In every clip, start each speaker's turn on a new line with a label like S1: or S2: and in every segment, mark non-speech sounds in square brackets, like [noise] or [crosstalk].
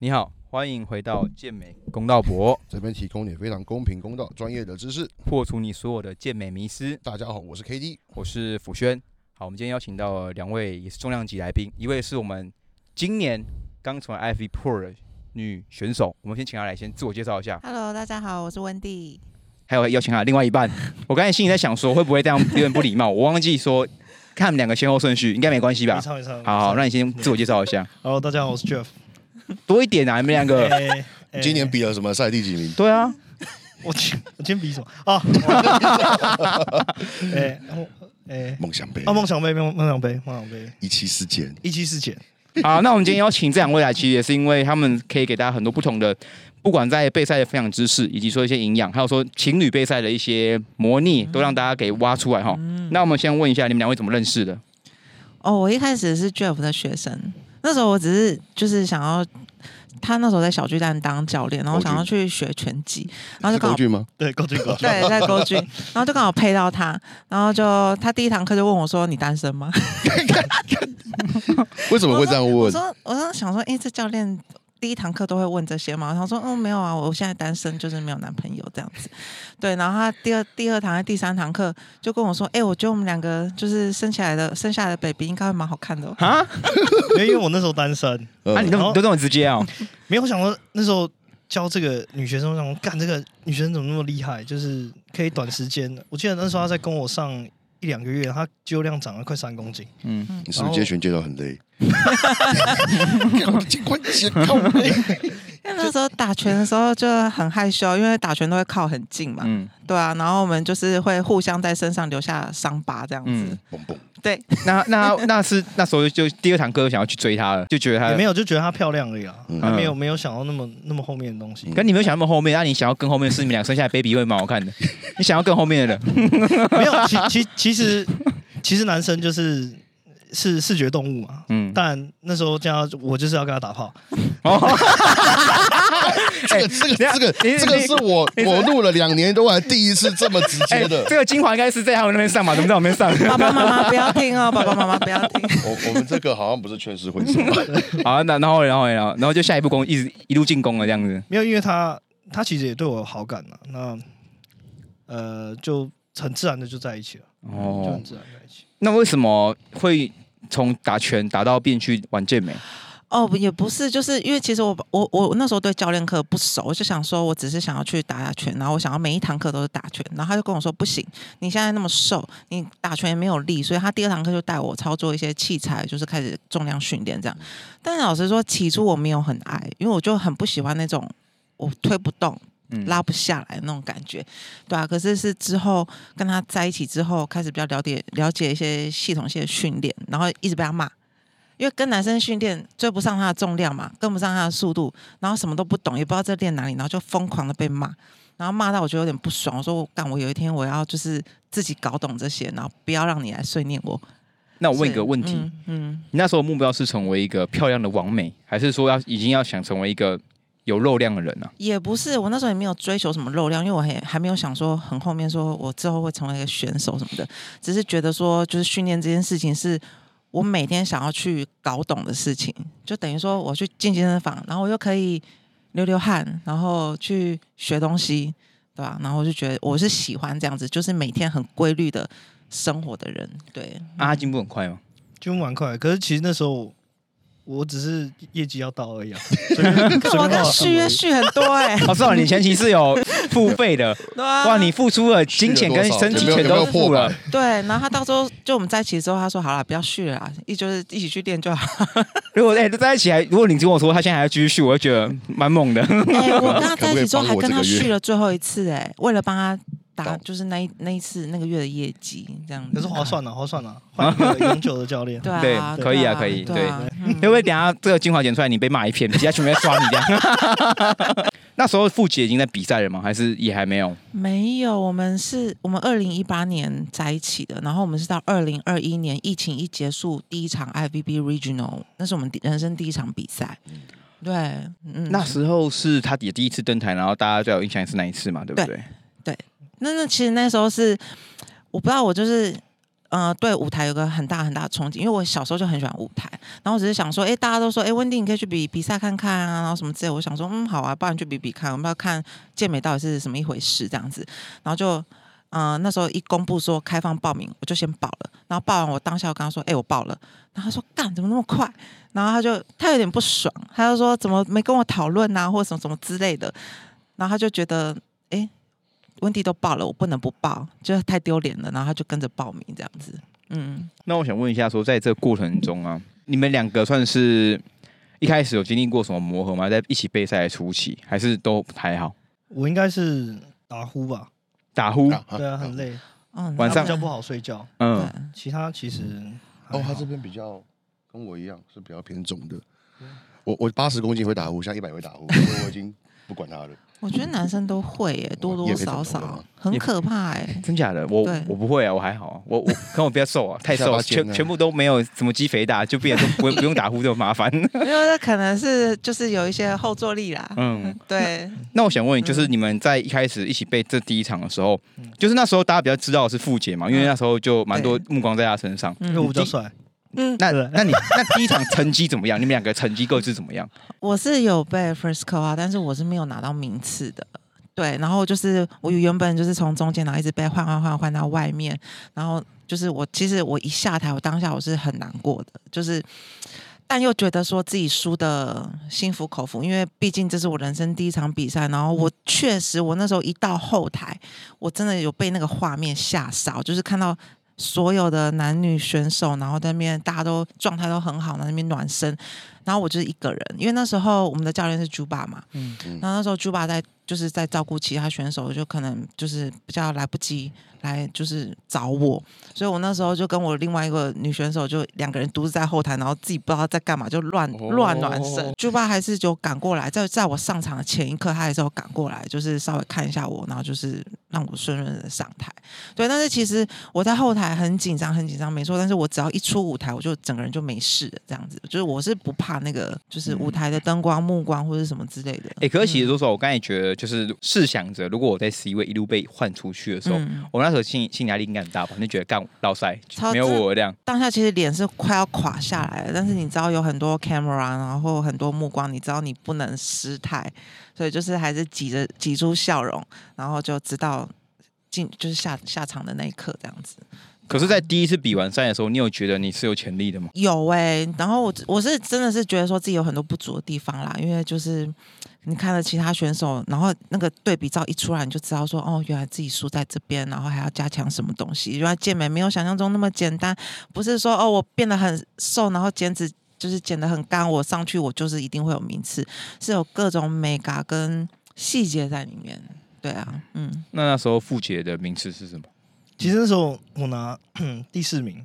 S1: 你好，欢迎回到健美公道博， [laughs]
S2: 这边提供你非常公平、公道、专业的知识。
S1: 破除你所有的健美迷思。
S2: 大家好，我是 KD，
S1: 我是辅轩。好，我们今天邀请到了两位也是重量级来宾，一位是我们今年刚从 IV Pro 的女选手，我们先请她来先自我介绍一
S3: [laughs]
S1: 下，
S4: Hello，大家好，我是温蒂。
S1: 还有邀请她的另外一半。我刚才心里在想说，会不会这样有点不礼貌？我忘记说看他们两个先后顺序，应该没关系吧
S3: 没？差没差。
S1: 啊好好，
S3: 没
S1: 那你先自我介绍一下，
S3: 差 Hello，大家好，我是 Jeff。
S1: 多一点啊，你们两
S3: [laughs]
S1: 个。
S3: 哎哎
S2: 今年比了什么赛第几名？
S1: 对啊，
S3: 我今我今天比什么啊？我哎我哎
S2: 梦想杯
S3: 啊，梦想杯，梦梦想杯，梦想杯，
S2: 一期事件，
S3: 一期四减。
S1: 好，那我们今天邀请这两位来，其实也是因为他们可以给大家很多不同的，不管在备赛的分享知识，以及说一些营养，还有说情侣备赛的一些模拟，都让大家给挖出来哈。那我们先问一下，你们两位怎么认识的？
S4: 哦，我一开始是 Jeff 的学生，那时候我只是就是想要，他那时候在小巨蛋当教练，然后
S2: 高
S4: 想要
S2: 俊
S4: 去学拳击，然后
S2: 是
S4: 啊就刚
S2: 工
S4: 好
S2: 具吗？
S3: 对，高俊
S4: [laughs]
S3: 高俊。
S4: 对在
S2: [laughs]
S4: 勾军，然后就刚好配到他，然后就他第一堂课就问我说：“你单身吗
S2: 为什么会这样？”
S4: 我
S2: 问？
S4: 说：“我说想说，哎、这教练。”第一堂课都会问这些嘛，他说嗯没有啊，我现在单身，就是没有男朋友这样子。对，然后他第二第二堂、还是第三堂课就跟我说，哎、我觉得我们两个就是生下来的生下来的 baby 应该会蛮好看的、哦。
S1: 啊？
S3: 没有因为我那时候单身，
S1: 啊，你
S2: 嗯
S1: 都你都这么直接啊、
S3: 没有想到那时候教这个女学生，我想说干这个女学生怎么那么厉害，就是可以短时间的。我记得那时候她在跟我上一两个月，她肌肉量长了快三公斤。
S1: 嗯，
S2: 你是不是接拳接到很累？我肩关节靠背
S4: 因为那时候打拳的时候就很害羞，因为打拳都会靠很近嘛，
S1: 嗯
S4: 对啊，然后我们就是会互相在身上留下伤疤这样子，
S1: 嗯，
S2: 嘣嘣，
S4: 对，
S1: 那那那是那时候就第二堂课想要去追她了，就觉得
S3: 也
S1: 她
S3: 没。有，就觉得她漂亮而已啦，
S2: 嗯
S3: 还没有没有想到那么那么后面的东西。
S1: 可你没有想那么后面，那、你想要更后面是你们俩生下来 baby 会蛮好看的，你想要更后面的人，
S3: [laughs] 没有，其其其实其实男生就是是视觉动物嘛。
S1: 嗯，
S3: 但那时候这样，我就是要跟他打炮。
S1: 哦，
S2: [laughs] 这个这个
S1: 等一下
S2: 这个
S1: 你
S2: 这个
S1: 你
S2: 是我我录了两年多，还第一次这么直
S1: [laughs] 哎、
S2: 接的
S1: 这。个精华应该是在他们那边上嘛，怎么在我们那边上？
S4: 爸爸妈妈不要听哦，爸爸妈妈不要听， [laughs]
S2: 我我们这个好像不是劝世会什么？
S1: [laughs] 好，那然后然后然后然后就下一步攻一直一路进攻了这样子。
S3: 没有，因为他他其实也对我有好感呐、那呃，就很自然的就在一起了，就
S1: 哦
S3: 很，自然地在一起。
S1: 那为什么会从打拳打到变去玩健美？
S4: 哦，也不是，就是因为其实我我我那时候对教练课不熟，我就想说我只是想要去打打拳，然后我想要每一堂课都是打拳，然后他就跟我说不行，你现在那么瘦，你打拳也没有力，所以他第二堂课就带我操作一些器材，就是开始重量训练这样。但是老实说，起初我没有很爱，因为我就很不喜欢那种我推不动。
S1: 嗯
S4: 拉不下来那种感觉，对啊。可是是之后跟他在一起之后，开始比较了解了解一些系统性的训练，然后一直被他骂，因为跟男生训练追不上他的重量嘛，跟不上他的速度，然后什么都不懂，也不知道在练哪里，然后就疯狂的被骂，然后骂到我觉得有点不爽，我说我干，我有一天我要就是自己搞懂这些，然后不要让你来碎念我。
S1: 那我哦问
S4: 是
S1: 一个问题，
S4: 嗯嗯
S1: 你那时候目标是成为一个漂亮的王美，还是说要已经要想成为一个有肉量的人啊？
S4: 也不是，我那时候也没有追求什么肉量，因为我还还没有想说很后面说我之后会成为一个选手什么的，只是觉得说就是训练这件事情是我每天想要去搞懂的事情，就等于说我去进健身房，然后我又可以流流汗，然后去学东西，对吧？然后我就觉得我是喜欢这样子，就是每天很规律的生活的人，对，
S1: 啊，他进步很快吗？
S3: 就蛮快的，可是其实那时候我只是业绩要到
S4: [laughs]
S3: 而已啊。随便
S4: 干嘛跟续约？续很多哎、 [laughs]
S1: 哦，是哦，你前期是有付费 [laughs] 的，
S4: 对啊，
S1: 哇，你付出了金钱跟身体全都付了，
S4: 对，啊然后他到时候就我们在一起的时候，他说好了，不要续了啦，一就是一起去练就好。
S1: 如果哎、都在一起还，如果你跟我说他现在还要继续续，我就觉得蛮猛的。
S2: [laughs]
S4: 哎、我跟他在一起之后，
S2: 可
S4: 还
S2: 不可以帮我
S4: 跟
S2: 这
S4: 他
S2: 个月
S4: 续了最后一次、哎，为了帮他打，
S2: 懂
S4: 就是那一那一次那个月的业绩这样子。
S3: 哦可是划算了、啊划算了、换一个永久的教练。
S4: 对
S1: 对
S4: 啊，对
S1: 可以啊
S4: 啊，
S1: 可以
S4: 对啊。嗯
S1: 会不会等一下这个精华剪出来，你被骂一片，其他全部在刷你这样？ [laughs] 那时候傅姐已经在比赛了吗？还是也还没有？
S4: 没有，我们是我们二零一八年在一起的，然后我们是到二零二一年疫情一结束，第一场 IVB Regional，那是我们第人生第一场比赛。对，嗯，
S1: 那时候是她也第一次登台，然后大家最有印象是那一次嘛，对不对？
S4: 那那其实那时候是我不知道，我就是呃对舞台有个很大很大的憧憬，因为我小时候就很喜欢舞台，然后我只是想说，哎，大家都说，哎，温蒂你可以去比比赛看看啊，然后什么之类的，我想说，嗯，好啊，不然去比比看，我们要看健美到底是什么一回事这样子，然后就。嗯、那时候一公布说开放报名，我就先报了。然后报完，我当下我跟他说：“哎、我报了。”然后他说：“干，怎么那么快？”然后他就他有点不爽，他就说：“怎么没跟我讨论啊，或者什么什么之类的。”然后他就觉得：“哎、温蒂都报了，我不能不报，就是太丢脸了。”然后他就跟着报名这样子。嗯，
S1: 那我想问一下说在这过程中啊，你们两个算是一开始有经历过什么磨合吗？在一起备赛的初期，还是都还好？
S3: 我应该是打呼吧，
S1: 打呼，
S3: 对啊，很。累，
S4: 哦，
S1: 晚上
S3: 比较不好睡觉。
S4: 对
S1: 嗯，
S3: 其他其实
S2: [laughs]
S3: 还
S2: 哦，他
S3: 好
S2: 这边比较跟我一样是比较偏重的。我我八十公斤会打呼，现在一百会打呼，所以我已经不管他了。
S4: 我觉得男生都会耶，多多少少很可怕哎。
S1: 真假的？我
S4: 对
S1: 我不会啊，我还好啊，我我看我比较瘦啊，太瘦
S2: 下
S1: 了，
S2: 巴尖啊
S1: 全全部都没有什么肌肥大，就变得都不不用 [laughs] 打呼这么麻烦。
S4: 因为这可能是就是有一些后坐力啦。
S1: 嗯，
S4: 对，
S1: 那我想问你，就是
S4: 嗯
S1: 你们在一开始一起背这第一场的时候
S3: 嗯，
S1: 就是那时候大家比较知道的是傅姐嘛，因为那时候就蛮多目光在她身上。
S3: 因为我比较
S1: 你
S3: 帅，
S4: 嗯，
S1: 那
S3: 对
S1: 那你那第一场成绩怎么样？你们两个成绩各自怎么样？
S4: 我是有被 first call 啊，但是我是没有拿到名次的。对，然后就是我原本就是从中间，然后一直被换换换换到外面，然后就是我其实我一下台，我当下我是很难过的，就是但又觉得说自己输的心服口服，因为毕竟这是我人生第一场比赛，然后我确实我那时候一到后台，我真的有被那个画面吓傻，就是看到。所有的男女选手，然后在那边大家都状态都很好，然后在那边暖身，然后我就是一个人，因为那时候我们的教练是朱爸嘛，
S3: 嗯
S2: 嗯
S4: 然后那时候朱爸在就是在照顾其他选手，就可能就是比较来不及来就是找我，所以我那时候就跟我另外一个女选手就两个人独自在后台，然后自己不知道在干嘛，就乱
S1: 哦
S4: 乱暖身。朱爸还是就赶过来，在在我上场的前一刻，他还是有赶过来，就是稍微看一下我，然后就是让我顺顺的上台。对，但是其实我在后台很紧张，很紧张，没错。但是我只要一出舞台，我就整个人就没事了，这样子。就是我是不怕那个，就是舞台的灯光、目光或者什么之类的。
S1: 哎、可是
S4: 嗯
S1: 其实说实话，我刚才也觉得就是试想着，如果我在 C 位一路被换出去的时候，
S4: 嗯
S1: 我那时候心心理压力应该很大吧？你就觉得干老塞
S4: 超
S1: 没有我这样，
S4: 当下其实脸是快要垮下来了，但是你知道有很多 camera，然后很多目光，你知道你不能失态，所以就是还是挤着挤出笑容，然后就直到进就是下下场的那一刻这样子。
S1: 可是，在第一次比完赛的时候，你有觉得你是有潜力的吗？
S4: 有哎、然后我我是真的是觉得说自己有很多不足的地方啦，因为就是你看了其他选手，然后那个对比照一出来，你就知道说哦，原来自己输在这边，然后还要加强什么东西。原来健美没有想象中那么简单，不是说哦我变得很瘦，然后减脂就是减得很干，我上去我就是一定会有名次，是有各种美感跟细节在里面。对啊，嗯，
S1: 那那时候傅姐的名次是什么？
S3: 其实那时候我拿 [clears throat] 第四名，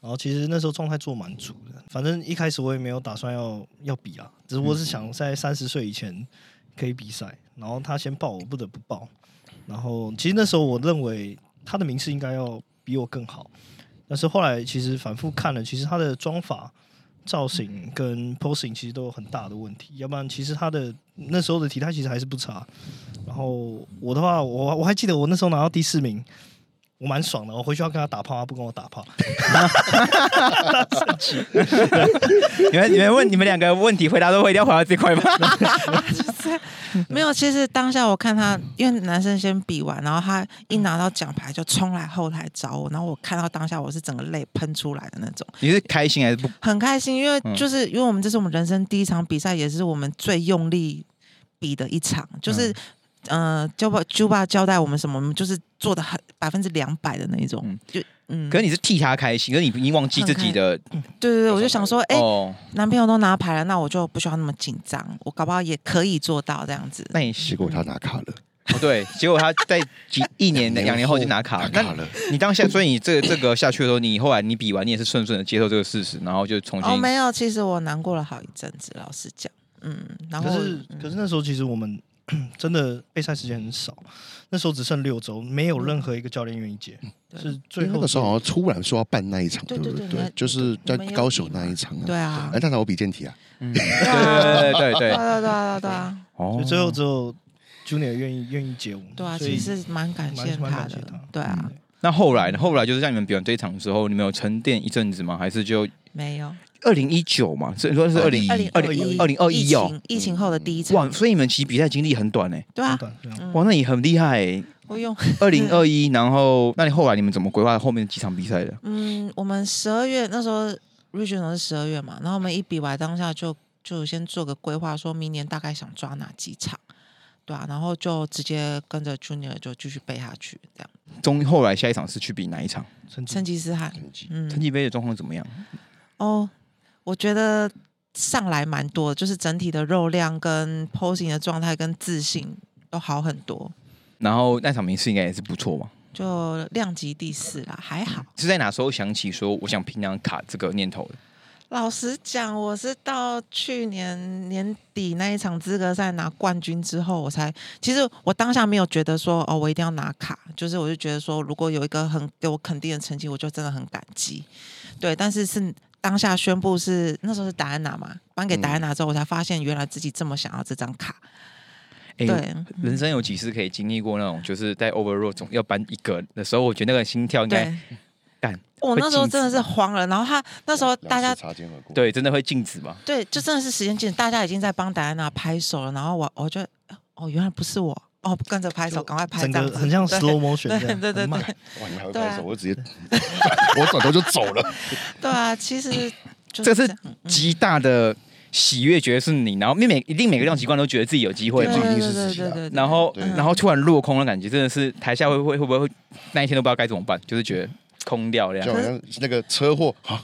S3: 然后其实那时候状态做蛮足的。反正一开始我也没有打算要要比啊，只是我是想在三十岁以前可以比赛。然后他先报，我不得不报。然后其实那时候我认为他的名次应该要比我更好，但是后来其实反复看了，其实他的妆法、造型跟 posing 其实都有很大的问题。要不然其实他的那时候的体态其实还是不差。然后我的话，我我还记得我那时候拿到第四名，我蛮爽的，我回去要跟他打炮，他不跟我打炮。
S1: 你们你们问你们两个问题回答都会一定要回到这块吗？ [laughs]
S4: 没有，其实当下我看他，因为男生先比完，然后他一拿到奖牌就冲来后台找我，然后我看到当下我是整个泪喷出来的那种，
S1: 你是开心还是不？
S4: 很开心，因为
S1: 嗯
S4: 就是、因为我们这是我们人生第一场比赛，也是我们最用力比的一场，
S1: 嗯
S4: 就是。呃，教爸教爸交代我们什么，我们就是做的很百分之两百的那一种，
S1: 嗯
S4: 就嗯，
S1: 可是你是替他开心，可是你已经忘记自己的
S4: 对对对，我就想说，哎、
S1: 哦。
S4: 男朋友都拿牌了，那我就不需要那么紧张，我搞不好也可以做到这样子。
S1: 那你
S2: 结果他拿卡了，
S1: 哦对，结果他在几一 [laughs] 年两年后就拿卡
S2: 拿
S1: 了。
S2: 卡
S1: 那
S2: 了。
S1: 你当下，所以你这个这个下去的时候，你后来你比完，你也是顺顺的接受这个事实，然后就重
S4: 哦，
S1: 新
S4: 没有，其实我难过了好一阵子，老实讲，嗯，然后
S3: 可是
S4: 嗯
S3: 可是那时候其实我们 [clears throat] 真的备赛时间很少，那时候只剩六周，没有任何一个教练愿意接，
S4: 嗯对
S3: 是最后
S2: 那个时候好像突然说要办那一场，
S4: 对
S2: 不
S4: 对对你
S2: 对
S4: 还，
S2: 就是在
S4: 你们有
S2: 高雄那一场啊。
S4: 对啊
S2: 哎，，那场我比健体啊，
S1: 嗯对对对对对
S4: 对
S1: 对。
S4: 啊，对啊，对啊，对啊，
S1: 哦
S3: 所以最后只有 Junior 愿意愿意接我们。
S4: 对啊，
S3: 所
S4: 其
S3: 以
S4: 实蛮感
S3: 蛮
S4: 谢
S3: 蛮
S4: 他
S3: 感谢
S4: 的
S3: 他，嗯
S4: 对啊，
S1: 那后来呢？后来就是像你们表演这一场之后，你们有沉淀一阵子吗？还是就
S4: 没有。
S1: 二零一九嘛？所以说是二零
S4: 二零
S1: 二
S4: 一
S1: 嗯零二零二一
S4: 疫
S1: 哦。
S4: 情疫情后的第一
S1: 哇，
S4: 场，
S1: 所以你们其实比赛经历很短哎、
S4: 对啊，
S3: 短这样。
S1: 哇，那你很厉害、欸。
S4: 我用
S1: 二零二
S4: [laughs]
S1: 一，然后那你后来你们怎么规划后面几场比赛的？
S4: 嗯，我们十二月那时候 regional 是十二月嘛，然后我们一比完当下就就先做个规划，说明年大概想抓哪几场，对啊，然后就直接跟着 junior 就继续背下去，这样。
S1: 中后来下一场是去比哪一场？
S3: 成绩
S4: 成吉思汗，
S2: 成绩
S1: 成
S4: 嗯，
S1: 绩杯的状况怎么样？
S4: 哦，我觉得上来蛮多的，就是整体的肉量跟 posing 的状态跟自信都好很多，
S1: 然后那场名次应该也是不错嘛。
S4: 就量级第四啦，还好。
S1: 是在哪时候想起说我想平常卡这个念头的？
S4: 老实讲，我是到去年年底那一场资格赛拿冠军之后，我才其实我当下没有觉得说哦，我一定要拿卡，就是我就觉得说，如果有一个很给我肯定的成绩，我就真的很感激。对，但是是当下宣布是那时候是戴安娜嘛，颁给戴安娜之后，我才发现原来自己这么想要这张卡。
S1: 哎
S4: 对，
S1: 人生有几次可以经历过那种，就是在 overall 总要搬一个的时候，我觉得那个心跳应该
S4: 对，
S1: 干
S4: 我那时候
S1: 会禁止
S4: 真的是慌了，然后他那时候大家
S2: 两次擦肩而过，，
S1: 对，真的会静止吧？
S4: 对，就真的是时间紧，大家已经在帮戴安娜拍手了，然后我我就哦，原来不是我，哦，跟着拍手，赶快拍，
S3: 整
S4: 这样
S3: 个
S4: 子
S3: 很像
S4: 对
S3: slow motion 这样，
S4: 对对对
S3: 很慢
S4: 对
S2: 哇，你们还会
S4: 对啊
S2: 拍手，我直接我转头就走了，
S4: 对啊，其实就
S1: 这是
S4: 样
S1: 极大的喜悦，觉得是你，然后每每一定每个量级冠都觉得自己有机会
S4: 对
S1: 嘛
S2: 这，一
S4: 对
S2: 定是
S4: 对
S2: 自己
S4: 对
S2: 啊
S4: 对，对
S1: 然后
S2: 对
S1: 然后突然落空的感觉，真的是台下会会会不会那一天都不知道该怎么办，就是觉得空掉这
S2: 就
S1: 样。
S2: 好像那个车祸啊，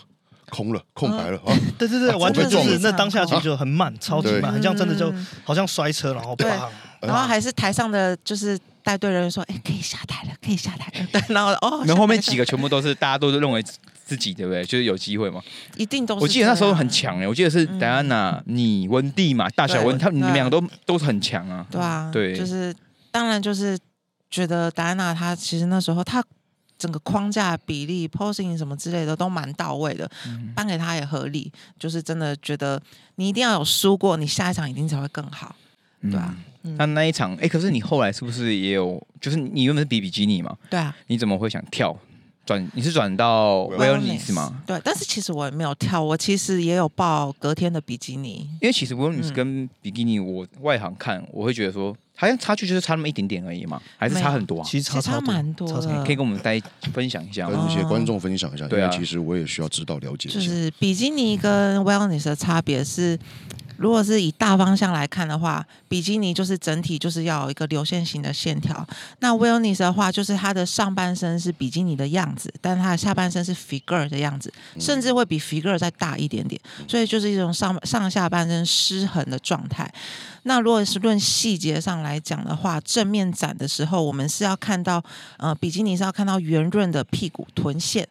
S2: 空了，空白了啊，
S3: 对对对，
S2: 啊
S3: 完全就
S2: 我被
S3: 是
S4: 撞了
S3: 那当下其实就很慢，超级慢，
S4: 对
S3: 很像真的就
S4: 嗯
S3: 好像摔车，然后
S4: 对
S3: 啪，
S4: 然后还是台上的就是带队人员说，哎，可以下台了，可以下台了， [laughs] 对，然后哦，
S1: 然后后面几
S4: 个
S1: 个全部都
S4: [laughs]
S1: 是大家都是认为自己对不对？就是有机会嘛。
S4: 一定哦都是
S1: 我记得那时
S4: 这
S1: 候
S4: 样啊嗯
S1: 很，强哎、我记得是戴安娜、你、温蒂嘛、大小温，
S4: 对
S1: 他们你们
S4: 对
S1: 两个都都是很强啊。
S4: 对啊，
S1: 对
S4: 就是当然就是觉得戴安娜她其实那时候她。整个框架、比例、posing 什么之类的都蛮到位的，颁给她也合理。就是真的觉得你一定要有输过，你下一场一定才会更好。对啊
S1: 嗯那那一场哎、可是你后来是不是也有？就是你原本是比比基尼嘛，
S4: 对啊，
S1: 你怎么会想跳转？你是转到威尔尼
S4: Wellness
S1: 是吗？？
S4: 对，但是其实我也没有跳，我其实也有报隔天的比基尼。
S1: 因为其实无论你是
S4: 嗯
S1: 跟比基尼，我外行看，我会觉得说，好像差距就是差那么一点点而已嘛，还是差很多啊？
S3: 其实
S4: 其
S3: 差
S4: 实差
S3: 超
S4: 蛮嗯多
S3: 超
S4: 的
S1: 可以跟我们再分享一下
S2: 跟
S1: 吗？
S2: 一些观众分享一下，因
S1: 对啊
S2: 为其实我也需要知道了解
S4: 就
S2: 一下，嗯
S4: 是比基尼跟 wellness 的差别是，如果是以大方向来看的话，比基尼就是整体就是要有一个流线型的线条。那 wellness 的话，就是它的上半身是比基尼的样子，但它的下半身是 figure 的样子，
S2: 嗯
S4: 甚至会比 figure 再大一点点，所以就是一种上上下半身失衡的状态。那如果是论细节上来讲的话，正面展的时候，我们是要看到呃比基尼是要看到圆润的屁股臀线，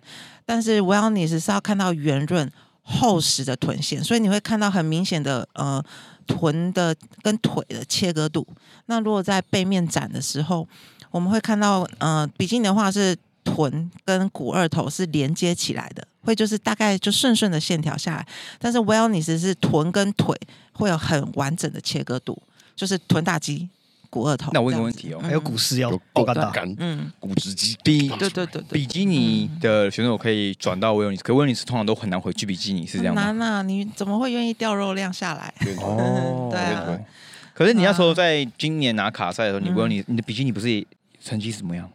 S4: 但是 wellness 是要看到圆润厚实的臀线，所以你会看到很明显的呃臀的跟腿的切割度。那如果在背面展的时候，我们会看到呃比基尼的话是臀跟股二头是连接起来的。会就是大概就顺顺的线条下来，但是 wellness 是臀跟腿会有很完整的切割度，就是臀大肌、股二头。
S1: 那我问个
S4: 这样
S1: 问
S4: 子
S1: 题哦
S4: 嗯
S3: 还有股市要
S2: 有
S3: 爆肝啊
S2: 大
S3: 大，
S2: 感
S4: 嗯，
S2: 骨直肌，
S1: 比
S4: 对对对对，
S1: 比基尼的选手可以转到威尔尼斯，可威尔尼斯通常都很难回去比基尼，是这样
S4: 很
S1: 吗？
S4: 难啊！你怎么会愿意掉肉量下来？
S2: 练团
S1: 哦 [laughs]
S4: 嗯对啊。
S1: 可是你那时候在今年拿卡赛的时候，你
S4: 嗯
S1: 威尔尼你的比基尼不是也成绩是怎么样？哦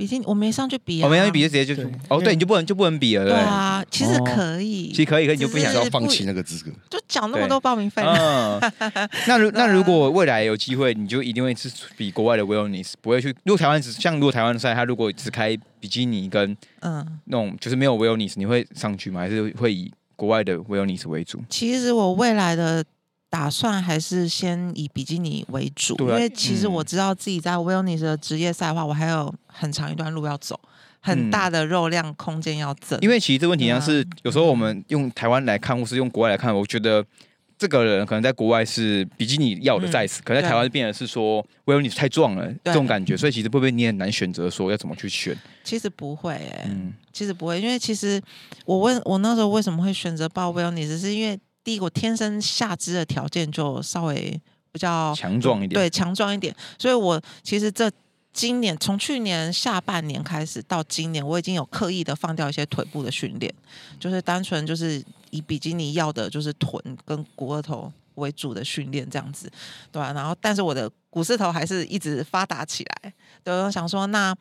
S4: 比基尼我没上去比、啊，
S1: 我们要去比就直接就
S3: 对
S1: 哦，对，你就不能就不能比了，对
S4: 对
S1: 不对？
S4: 啊，其实
S1: 哦
S4: 可以，
S1: 其实可以，可以你就不
S4: 只
S1: 想
S2: 是
S1: 要
S2: 要放弃那个资格，
S4: 就缴那么
S1: 对
S4: 多报名费嘛。
S1: 嗯，那如 [laughs] 那如果未来有机会，你就一定会是比国外的 Wellness，不会去。如果台湾只像如果台湾赛，他如果只开比基尼跟
S4: 嗯，
S1: 那种就是没有 Wellness，你会上去吗？还是会以国外的 Wellness 为主？
S4: 其实我未来的打算还是先以比基尼为主，
S1: 对
S4: 因
S1: 啊
S4: 为其实
S1: 嗯
S4: 我知道自己在 Wellness 的职业赛的话，我还有很长一段路要走，很
S1: 嗯
S4: 大的肉量空间要增。
S1: 因为其实这问题
S4: 对
S1: 上
S4: 啊
S1: 是有时候我们用台湾来看，或是用国外来看，我觉得这个人可能在国外是比基尼要的
S4: 嗯
S1: 在此，可能在台湾变的是说，我有你太壮了这种感觉，所以其实会不会你很难选择说要怎么去选？
S4: 其实不会、欸，
S1: 嗯，
S4: 其实不会，因为其实我问我那时候为什么会选择报 wellness，是因为第一个我天生下肢的条件就稍微比较
S1: 强壮一点
S4: 对，强壮一点，所以我其实这今年从去年下半年开始到今年，我已经有刻意的放掉一些腿部的训练，就是单纯就是以比基尼要的就是臀跟股二头为主的训练这样子，对吧、然后，但是我的股四头还是一直发达起来。对，我想说那。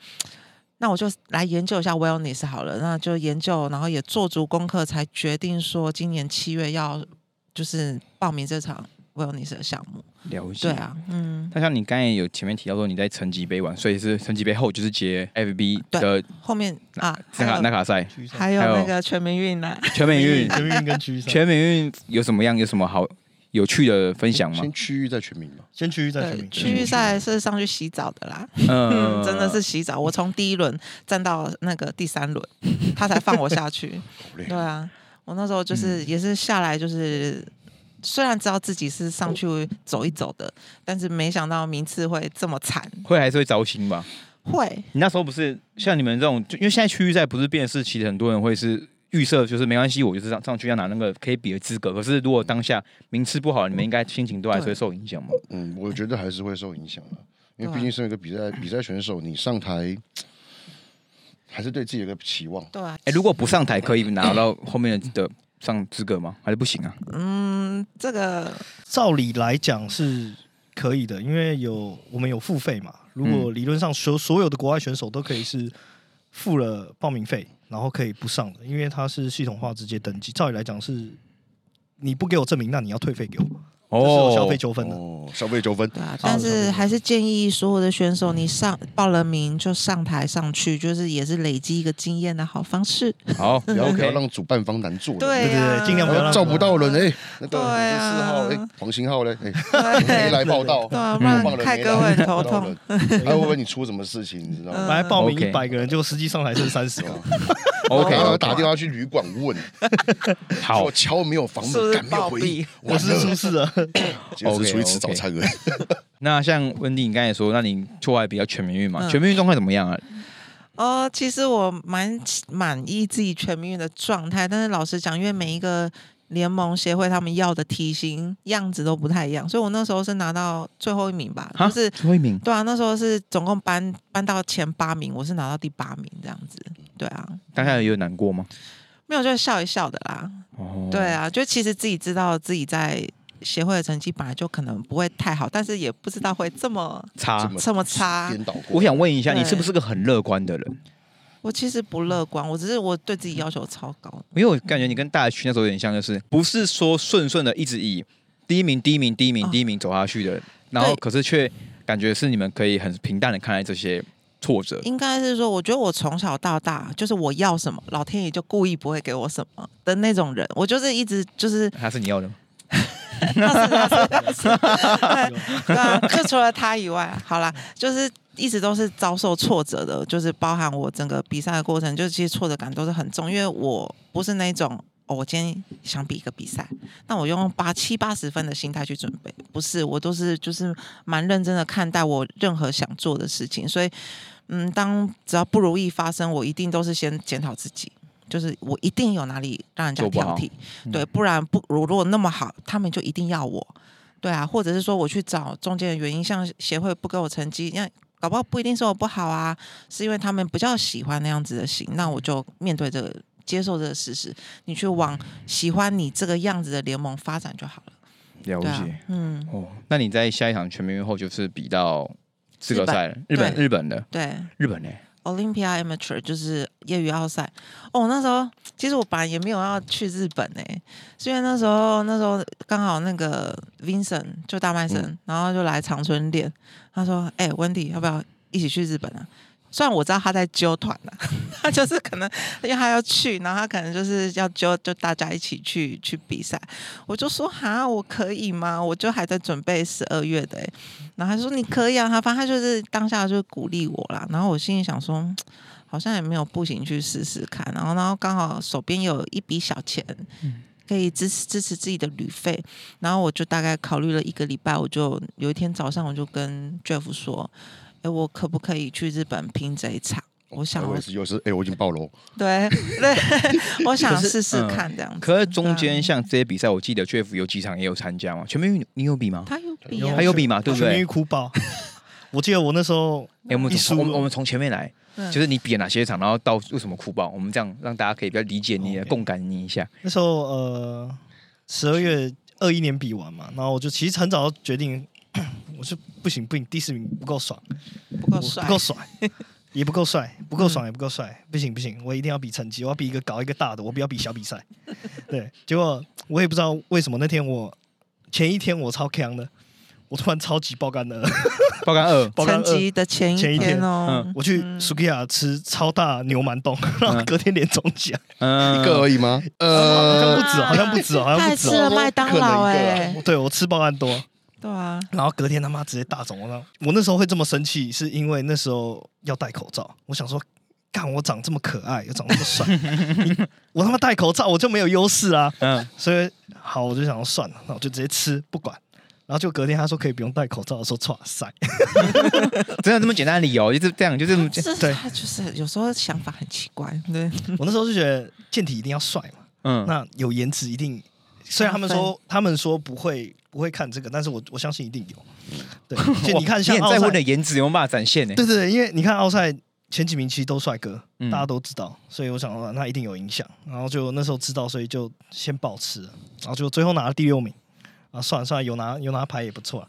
S4: 那我就来研究一下 wellness 好了，那就研究，然后也做足功课，才决定说今年七月要就是报名这场 wellness 的项目。
S1: 了解。
S4: 对。啊，嗯，
S1: 那像你刚才有前面提到说你在成绩杯玩，所以是成绩杯后就是接 FB
S4: 对
S1: 的
S4: 后面啊，
S1: 那
S4: 还
S1: 卡
S4: 有
S1: 那卡赛、
S3: 居上
S4: 还有
S1: 还有
S4: 那个全民运啊呢、
S1: 全美运、
S3: 全运跟区域
S1: [laughs]
S3: 赛，
S1: 全美运有什么样有什么好有趣的分享吗
S2: 先？区域再全民嘛。
S3: 先区域再全
S4: 对，
S3: 民，
S4: 呃区域赛是上去洗澡的啦，嗯，
S1: 嗯
S4: [laughs] 真的是洗澡。我从第一轮站到那个第三轮，他才放我下
S1: [laughs]
S4: 去。
S2: 累
S4: 对啊，我那时候
S1: 嗯
S4: 就是、也是下来就是。虽然知道自己是上去走一走的，但是没想到名次会这么惨。
S1: 会还是会糟心吧？
S4: 会，
S1: 你那时候不是像你们这种，就因为现在区域赛不是变是，其实很多人会是预设，就是没关系，我就是上上去要拿那个可以比的资格。可是如果当下名次不好，你们应该心情都还是会受影响嘛？
S2: 嗯，我觉得还是会受影响的，因为
S4: 对啊
S2: 毕竟身为一个比赛比赛选手，你上台还是对自己有个期望。
S4: 对啊，
S1: 哎、如果不上台可以拿到后面的上资格吗？还是不行啊？
S4: 嗯，这个
S3: 照理来讲是可以的，因为有我们有付费嘛。如果理论上所所有的国外选手都可以是付了报名费，然后可以不上的，因为它是系统化直接登记。照理来讲是你不给我证明，那你要退费给我，这是有消费纠纷啊的。
S2: 哦，消费纠纷
S4: 啊对啊，但是还是建议所有的选手，你上报了名就上台上去，就是也是累积一个经验的好方式。
S1: 好，
S2: 然后
S1: 哦 OK
S2: 不要让主办方难做。
S3: 对
S4: 对 [laughs]
S3: 对
S4: 啊
S3: 对，尽量不要让
S2: 照不到人哎，那
S4: 对
S2: 个四
S4: 啊
S2: 号哎，黄星浩嘞哎，没
S4: 对，
S2: 来报道，
S4: 对啊，不
S2: 忘
S4: 然
S2: 了
S4: 凯
S2: 没
S4: 哥
S2: 来
S4: 会很
S2: 报
S4: 头
S2: 道
S4: 痛。
S2: 人，还会问你出什么事情，你知道吗？
S4: 嗯
S3: 来报名
S1: OK
S3: 一百个人，结果实际上还剩
S1: [laughs]
S3: 三十个。
S1: OK，
S2: 然后
S1: OK，
S2: 哦打电话去旅馆问，
S1: 嗯好
S2: 说，敲没有房
S4: 是不
S2: 门，
S4: 是
S2: 敢没有回应，
S3: 我
S4: [laughs]
S3: 是出
S2: 说，
S3: 事了，
S2: 结果只是出去
S1: OK，OK
S2: 吃早餐而已。
S1: 那像温蒂，你刚才说，那你出来比较全民运嘛？
S4: 嗯
S1: 全民运状态怎么样啊？
S4: 哦，其实我蛮满意自己全民运的状态，但是老实讲，因为每一个联盟协会他们要的体型样子都不太一样，所以我那时候是拿到最后一名吧，
S1: 哈
S4: 就是
S1: 最后一名，
S4: 对啊，那时候是总共搬搬到前八名，我是拿到第八名这样子，对啊，
S1: 当下有难过吗？
S4: 没有就笑一笑的啦，
S1: 哦，
S4: 对，啊，就其实自己知道自己在协会的成绩本来就可能不会太好，但是也不知道会这么
S1: 差
S2: 这。么
S4: 这么差。
S2: 颠倒过，
S1: 我想问一下，
S4: 对
S1: 你是不是个很乐观的人？
S4: 我其实不乐观，我只是我对自己要求超高。
S1: 因为我感觉你跟大学那时候有点像，就是不是说顺顺的一直以第一名、第一名、第一名、
S4: 哦
S1: 第一名走下去的人，然后
S4: 对
S1: 可是却感觉是你们可以很平淡的看待这些挫折。
S4: 应该是说，我觉得我从小到大就是我要什么，老天爷就故意不会给我什么的那种人。我就是一直
S1: [laughs]
S4: 就是
S1: 他是你要的吗？
S4: 对啊，就除了他以外，好啦，就是一直都是遭受挫折的，就是包含我整个比赛的过程，就是其实挫折感都是很重，因为我不是那种。哦，我今天想比一个比赛，那我用八七八十分的心态去准备，不是，我都是就是蛮认真的看待我任何想做的事情，所以，嗯，当只要不如意发生，我一定都是先检讨自己，就是我一定有哪里让人家
S1: 做不
S4: 挑
S1: 好
S4: 剔，
S1: 嗯
S4: 对，不然不如如果那么好，他们就一定要我，对啊，或者是说我去找中间的原因，像协会不给我成绩，那搞不好不一定是我不好啊，是因为他们比较喜欢那样子的型，那我就面对这个，接受这个事实，你去往喜欢你这个样子的联盟发展就好了。
S1: 了
S4: 对啊，嗯，
S1: 哦，那你在下一场全民运后就是比到资格赛了，日
S4: 日
S1: 本
S4: 本
S1: 日本的
S4: 对
S1: 日本嘞，
S4: ，Olympia Amateur 就是业余奥赛。哦，那时候其实我本来也没有要去日本诶、是因为那时候那时候刚好那个 Vincent 就大麦生，然后就来长春练，他说：“哎、温迪要不要一起去日本啊？”虽然我知道他在揪团啊，他就是可能因为他要去，然后他可能就是要揪，就大家一起去去比赛。我就说哈，我可以吗？我就还在准备十二月的、欸，然后他说你可以啊，他反正他就是当下就鼓励我啦。然后我心里想说，嗯好像也没有不行，去试试看。然后然后刚好手边有一笔小钱，
S2: 嗯
S4: 可以支持支持自己的旅费。然后我就大概考虑了一个礼拜，我就有一天早上我就跟 Jeff 说，哎、我可不可以去日本拼这一场？我想啊
S2: 我
S4: 要
S2: 也是，又是哎，我已经爆楼，
S1: [laughs]
S4: 对对，我想
S1: 可是
S4: 试试
S1: 嗯
S4: 看这样子。
S1: 可是中间像这些比赛，我记得 Jeff 有几场也有参加嘛，全民运你有比吗？
S4: 他有比
S3: 有
S4: 啊
S1: 他有比嘛，对不
S3: 全民
S1: 对
S3: 运？哭爆，我记得我那时候
S1: 哎，我们
S3: 一
S1: 从
S3: 输
S1: 我们我们从前面来，
S4: 嗯
S1: 就是你比了哪些场，然后到为什么哭爆，我们这样让大家可以比较理解你，
S3: OK
S1: 共感你一下。
S3: 那时候呃十二月二一年比完嘛，然后我就其实很早就决定， [coughs] 我是不行不行，第四名不够爽，
S4: 不够
S3: 我
S4: 帅，嗯
S3: 不够帅，也不够
S4: [laughs]
S3: 帅，不够爽也不够帅，不行不行，我一定要比成绩，我要比一个搞一个大的，我不要比小比
S4: [laughs]
S3: 赛。对，结果我也不知道为什么那天我前一天我超强的，我突然超级爆肝的， [laughs]
S1: 爆肝二，
S3: 爆肝
S4: 成
S3: 二。
S4: 绩的前一
S3: 前一
S4: 天
S3: 天
S1: 嗯
S4: 哦，
S3: 我去 Sukiya 吃超大牛腩冻，然后隔天连中
S4: [laughs]
S3: 奖，
S1: 嗯
S2: 一个而已吗？
S3: 好像
S2: 呃
S3: 不，止，好像不止，好
S4: 他
S3: 像
S4: 还
S3: 不止
S4: 吃
S3: 哦。
S4: 了麦当劳
S2: 可能一个啊
S4: 哎，
S3: 对我吃爆肝多，
S4: 对啊，
S3: 然后隔天他妈直接大肿了。我那时候会这么生气，是因为那时候要戴口罩。我想说，干我长这么可爱，又长这么帅， [laughs] 你我他妈戴口罩我就没有优势啊。
S1: 嗯，
S3: 所以好，我就想说算了，那我就直接吃不管。然后就隔天他说可以不用戴口罩的时候，唰塞，
S1: 真的这么简单的理由，就是这样，就这么简
S4: 这
S3: 对
S4: 他就是有时候想法很奇怪，对，
S3: 我那时候就觉得健体一定要帅嘛，
S1: 嗯，
S3: 那有颜值一定。虽然他们说他们说不会不会看这个，但是我我相信一定有。
S1: [laughs]
S3: 对，就你看
S1: 你
S3: 像
S1: 很
S3: 奥
S1: 在乎
S3: 赛
S1: 你的颜值有没有办法展现呢？
S3: 对对对，因为你看奥赛前几名其实都帅哥，
S1: 嗯
S3: 大家都知道，所以我想说那一定有影响。然后就那时候知道，所以就先保持了，然后就最后拿了第六名。啊，算了算了，有拿有拿牌也不错、啊。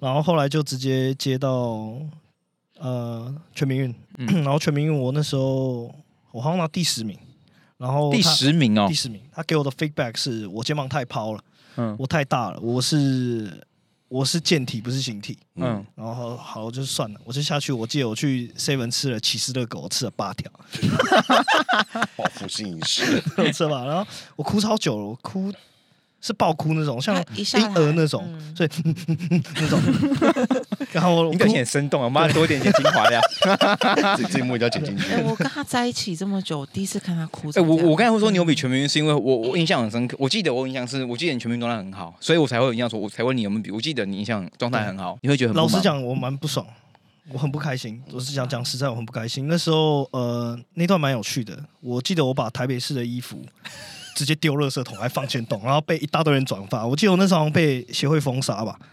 S3: 然后后来就直接接到呃全民运，
S1: 嗯
S3: [clears throat] 然后全民运我那时候我好像拿第十名，然后
S1: 第
S3: 他
S1: 十名哦
S3: 第，十名，他给我的 feedback 是我肩膀太抛了，
S1: 嗯
S3: 我太大了，我是我是健体不是形体。
S1: 嗯，
S3: 然后好，我就算了，我就下去。我记得我去 seven 吃了起司热狗，我吃了八条， [laughs]
S2: 报复性饮食，
S3: 我吃吧。然后我哭超久了，我哭是爆哭那种，像
S4: 他啊一下来
S3: 婴儿那种，
S4: 嗯
S3: 所以那种。然后我
S1: 你
S3: 哭
S1: 表现很生动啊，我们要多一点点精华 [laughs] 呀。
S2: 自己自己摸一定要剪进去。
S4: 哎，我跟他在一起这么久，我第一次看他
S1: [laughs]
S4: 哭
S1: 哎，
S4: 成这
S1: 我
S4: 样。嗯
S1: 我刚才会说你有比全民运，是因为我我印象很深刻，我记得我印象是，我记得你全民运状态很好，所以我才会有印象说，我才问你有没有比，我记得你印象状态很好，你会觉得很不
S3: 老实
S1: 满，
S3: 讲，我蛮不爽，我很不开心。我是想讲实在，我很不开心。那时候呃，那段蛮有趣的。我记得我把台北市的衣服直接丢垃圾桶，还放圈桶，然后被一大堆人转发。我记得我那时候好像被协会封杀吧。 [laughs]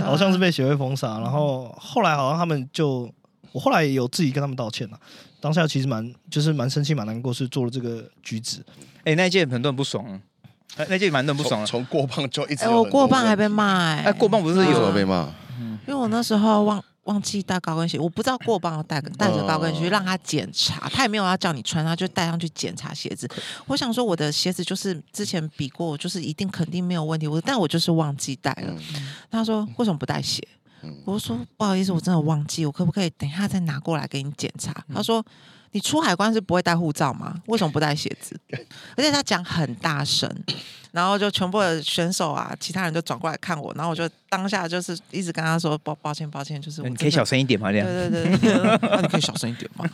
S3: 好像是被协会封杀，然后后来好像他们就，我后来有自己跟他们道歉了。当下其实蛮就是蛮生气蛮难过，是做了这个举止。
S1: 哎，那一届很多人不爽啊，哎那一届蛮多人不爽啊。
S2: 从从过磅就一直
S4: 哎，
S2: 有
S4: 我
S2: 很多
S4: 过磅还被
S2: 问题，
S4: 骂哎，
S1: 哎，过磅不是
S2: 为什
S1: 有
S2: 么被骂？
S4: 因为我那时候忘忘记带高跟鞋，我不知道过磅要带带着高跟鞋去让他检查，他也没有要叫你穿，他就带上去检查鞋子。我想说我的鞋子就是之前比过，我就是一定肯定没有问题，我但我就是忘记带了。
S2: 嗯
S4: 他说为什么不带鞋？我就说不好意思，我真的忘记，我可不可以等一下再拿过来给你检查？他说你出海关是不会带护照吗？为什么不带鞋子？而且他讲很大声，然后就全部的选手啊，其他人就转过来看我，然后我就当下就是一直跟他说抱抱歉抱歉，就是我
S1: 你可以
S4: 真
S1: 小
S4: 的。
S1: 声一点嘛，这样。
S4: 对对对，那你可以小声一点吗？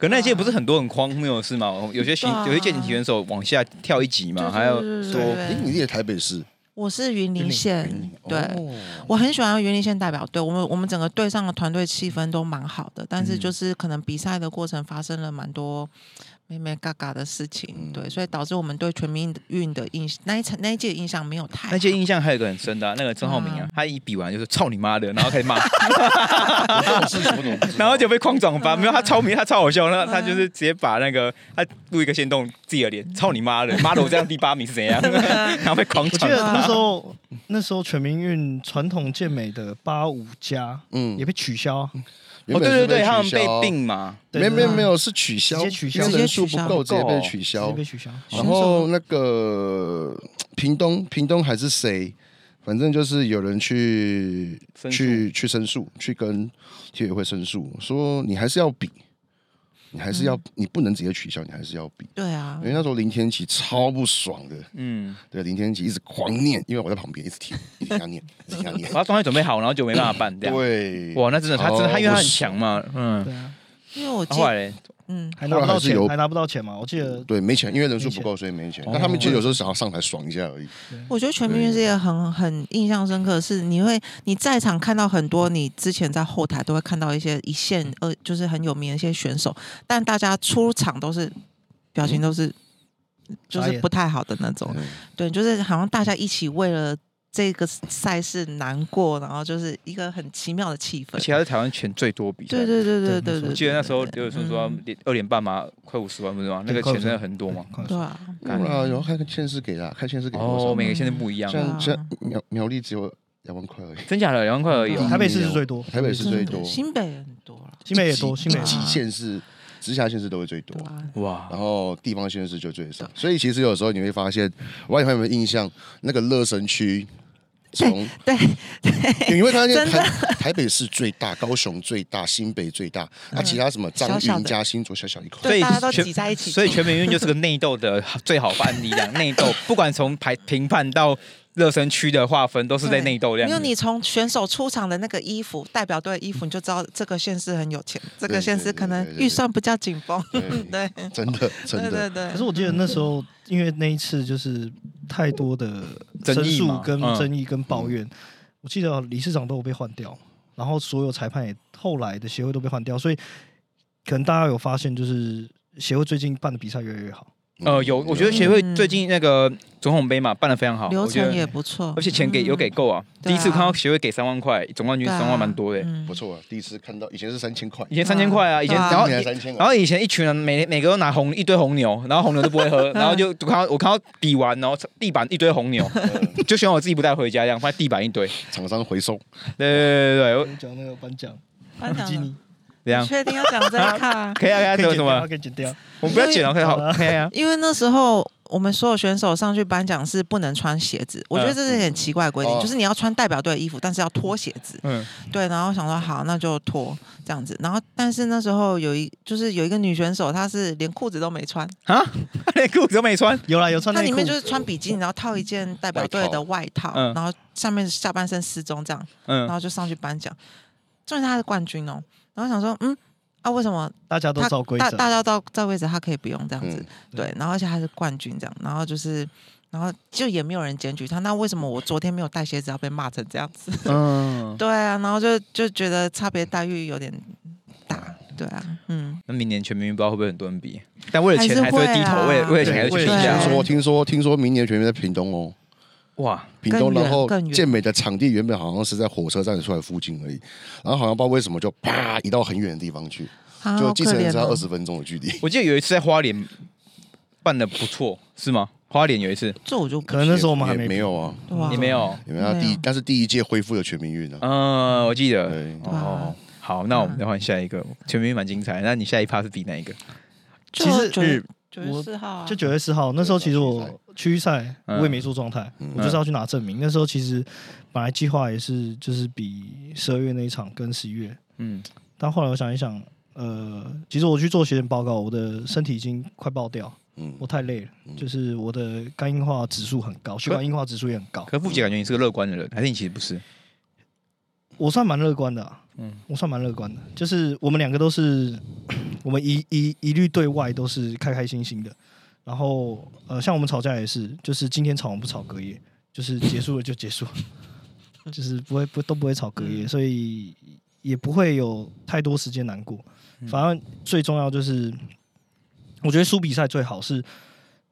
S1: 可那一届不是很多很荒谬的事嘛？有些选
S4: 对啊
S1: 有些健体选手往下跳一级嘛，还有
S4: 对
S1: 说
S4: 对
S2: 哎，你也台北市，
S4: 我是云林县，对、
S2: 哦
S4: 我很喜欢云林县代表队，我们我们整个队上的团队气氛都蛮好的，但是
S1: 嗯
S4: 就是可能比赛的过程发生了蛮多妹妹嘎嘎的事情，
S1: 嗯
S4: 对，所以导致我们对全民运的印那一场那一届印象没有太好
S1: 那届印象还有一个很深的啊、那个曾浩明啊，
S4: 嗯
S1: 他一比完就是操你妈的，然后开始
S4: [laughs]
S1: 骂，
S4: 啊
S2: 这种事情我怎么不知道
S1: 然后就被框转
S4: 嗯
S1: 发。没有他超明，他超好笑，那他就是直接把那个他录一个线动自己的脸，操你妈
S4: [laughs]
S1: 的，妈的我这样第八名是怎样？然后被狂
S3: 我记得
S1: 转。
S3: 那时候那时候全民运传统健美的八五加，
S2: 嗯
S3: 也被取消啊，
S1: 哦，
S2: 原
S1: 对
S2: 本
S1: 对
S2: 是
S1: 对，他们
S2: 取
S1: 被
S2: 消
S1: 定嘛，
S3: 对
S2: 没有没有
S3: 对
S2: 没有是取消，
S3: 直接取消
S2: 因为人数
S4: 直
S2: 不
S4: 接取消
S2: 够，直接
S1: 不够
S2: 被取
S3: 直接
S2: 消
S3: 被。取消。
S2: 然后那个屏东屏东还是谁，反正就是有人去
S1: 申诉
S2: 去去申诉，去跟体委会申诉，说你还是要比，你还是要、你不能直接取消，你还是要比。
S4: 对啊
S2: 因，为那时候林天琪超不爽 [laughs] 的，
S1: 嗯，
S2: 对林天琪一直狂念，因为我在旁边一直听，一直听他 [laughs] 念，一直听他念。
S1: 把他状态准备好，然后就没办法办这样。
S2: 对，
S1: 哇，那真的他真的他因为他很
S2: 超不爽
S1: 强嘛，嗯，
S3: 对啊，
S4: 因为我
S1: 他
S4: 记
S1: 后来嘞
S4: 嗯，
S3: 还拿
S2: 后
S3: 不
S2: 来
S3: 到
S2: 还是有
S3: 钱，还拿不到钱嘛？我记得
S2: 对，没钱，哦因为人数不够，所以没钱。那他们其实有时候想要上台爽一下而已。
S4: 我觉得全民运是一个很很印象深刻的是，你会你在场看到很多，你之前在后台都会看到一些一线呃，就是很有名的一些选手，但大家出场都是表
S1: 嗯
S4: 情都是就
S3: 傻
S4: 是
S3: 眼
S4: 不太好的那种，
S2: 嗯
S4: 对，就是好像大家一起为了这个赛事难过，然后就是一个很奇妙的气氛
S1: 而。且还是台湾钱最多比赛。
S4: 对对对对
S3: 对
S4: 对
S3: 没错
S4: 对，
S1: 我记得那时候
S4: 对
S1: 有说说
S4: 嗯
S1: 二点半嘛，快五十万不是吗？那
S3: 对
S1: 个
S3: 快
S1: 钱
S3: 50
S1: 真的很多吗？
S3: 快
S4: 对
S3: 说
S4: 啊，
S1: 嗯
S2: 啊，然后看看县市给啦，看县市给多
S1: 哦，
S2: 少。
S1: 每个县都不一样，
S2: 像
S4: 啊
S2: 像苗苗栗只有两万块而已，
S1: 真假的两万块而已哦。
S2: 嗯
S3: 台北市是最多，
S2: 台北市
S4: 真
S2: 最
S4: 的
S2: 多
S4: 嗯新北也很多啊了，
S3: 新北也多，
S2: 一级
S3: 新北也
S2: 一
S3: 多
S2: 级县市、直辖县市都会最多
S4: 对。啊，
S1: 哇
S2: 然，后地方县市就最少，所以其实有时候你会发现，我不知道你们有没有印象，那个乐神区，从
S4: 对，
S2: 你会看见
S4: 真的
S2: 台台北市最大，高雄最大，新北最大，那其他什么彰
S4: 嗯小小的
S2: 云加新竹小小一块，
S1: 所以
S4: 大家都
S1: 全
S4: 挤在一起
S1: 所以全民运就是个内斗 [laughs] 的最好范例，这样内斗，不管从排评判到热身区的划分，都是在
S4: 对
S1: 内斗这
S4: 因为
S1: 样子。
S4: 你从选手出场的那个衣服，代表队的衣服，你就知道这个县市很有钱，这个
S2: 对
S4: 县市
S2: 对
S4: 可
S2: 对
S4: 能
S2: 对对
S4: 预算不叫紧绷，
S2: 对，
S4: [laughs] 对
S2: 真的
S4: 对
S2: 真
S4: 对
S2: 的，
S4: 对。
S3: 可是我记得那时候，因为那一次就是太多的
S1: 争
S3: 申
S1: 议嘛
S3: 诉跟
S1: 嗯
S3: 争议跟抱怨，我记得理事长都有被换掉，然后所有裁判也后来的协会都被换掉，所以可能大家有发现，就是协会最近办的比赛越来越好。
S2: 嗯
S1: 呃，有，我觉得协会最近那个总统杯嘛办的非常好，
S4: 流
S1: 我觉
S4: 程也
S1: 得，
S4: 不错，
S1: 而且钱给
S4: 嗯
S1: 有给够啊。
S4: 对
S1: 第
S4: 啊
S1: 一次看到协会给三万块，总冠军
S4: 对啊
S1: 三万蛮多的，欸
S4: 嗯
S2: 不错啊，第一次看到以前是三千块
S1: 以，前三千块啊，以前然后
S2: 今年三千啊，
S1: 然后以前一群人每每个都拿红一堆红牛，然后红牛都不会喝，然后就我看到我看到比完，然后地板一堆红牛，
S2: 呃
S1: 就喜欢我自己不带回家这样，放在地板一堆。
S2: 厂商回收，
S1: 对对对对对，我
S3: 我讲那个颁奖，
S4: 颁
S3: 比
S4: 奖
S3: 基
S4: 了
S3: 尼
S1: 这样
S4: 你确定要讲这
S1: [laughs]？
S4: 个啊
S1: 可以啊，可以啊，这
S3: 可
S1: 有
S3: 以剪
S1: 什
S3: 掉，
S1: 么？
S3: 可以剪掉。
S1: 我们不要剪了，可以好，可以啊。
S4: 因为那时候我们所有选手上去颁奖是不能穿鞋子，我觉得这
S3: 嗯
S4: 是一个很奇怪的规定，
S2: 哦
S4: 就是你要穿代表队的衣服，但是要脱鞋子。
S1: 嗯，
S4: 对，然后想说好，那就脱这样子。然后但是那时候有一就是有一个女选手，她是连裤子都没穿，
S1: 啊，连裤子都没穿，
S3: [laughs] 有啦，有穿
S4: 她
S3: 内
S4: 里
S3: 裤
S4: 面，就是穿比基尼，然后套一件代表队的外套，
S1: 嗯
S4: 然后下面下半身失踪这样，然
S1: 嗯，
S4: 后就上去颁奖，重点是她是冠军哦。然后想说，嗯啊，为什么
S3: 大家都
S4: 他
S3: 照规
S4: 大
S3: 则。
S4: 大家照照规则，他可以不用这样子，
S2: 嗯
S4: 对。然后而且他是冠军这样，然后就是，然后就也没有人检举他。那为什么我昨天没有带鞋子要被骂成这样子？ [laughs]
S1: 嗯，
S4: 对啊，然后就就觉得差别待遇有点大，对啊，嗯，
S1: 那明年全民运不知道会不会很多人比，但为了钱还是
S4: 还是
S1: 会
S4: 会
S1: 低头，
S4: 啊
S1: 为了为了钱还是
S3: 对
S1: 去比
S4: 为了
S1: 价
S2: 听
S4: 钱。
S2: 说听说听说明年全面在屏东哦，
S1: 哇，
S2: 屏东，
S4: 更远
S2: 然后
S4: 更远
S2: 健美的场地原本好像是在火车站出来附近而已，然后好像不知道为什么就啪移到很远的地方去，
S4: 啊
S2: 就
S4: 好
S2: 计
S4: 可
S2: 程
S4: 怜
S2: 车要
S4: 哦
S2: 二十分钟的距离。
S1: 我记得有一次在花莲办的不错，是吗？花莲有一次
S4: 这我就
S3: 可能那时候我们还
S2: 也
S3: 没
S2: 没有啊，
S4: 对啊
S1: 你没有？
S2: 你们要
S4: 没
S2: 第
S4: 有
S2: 但是第一届恢复了全民运啊，
S1: 嗯，我记得。
S2: 对，
S1: 哦，好，那我们再换下一个，
S4: 嗯
S1: 全民运蛮精彩。那你下一趴是比哪一个？
S4: 就
S3: 其实
S4: 九月
S3: 日
S4: 九月
S3: 我
S4: 四号啊，
S3: 就九月四号那时候，其实
S2: 对
S3: 我区域赛我
S1: 嗯
S3: 也没做状态，
S2: 嗯
S3: 我就是要去拿证明。那时候其实本来计划也是就是比十二月那一场跟十一月，
S1: 嗯，
S3: 但后来我想一想，呃，其实我去做血检报告，我的身体已经快爆掉，
S2: 嗯
S3: 我太累了，
S2: 嗯
S3: 就是我的肝硬化指数很高，血管硬化指数也很高，
S1: 可付姐感觉你是个乐观的人，还是你其实不是？
S3: 我算蛮乐观的、啊，
S1: 嗯
S3: 嗯，我算蛮乐观的，就是我们两个都是， [clears throat] 我们一一一律对外都是开开心心的，然后呃，像我们吵架也是，就是今天吵我们不吵隔夜，就是结束了就结束， [laughs] 就是不会不都不会吵隔夜，所以也不会有太多时间难过，反而最重要就是，我觉得输比赛最好是。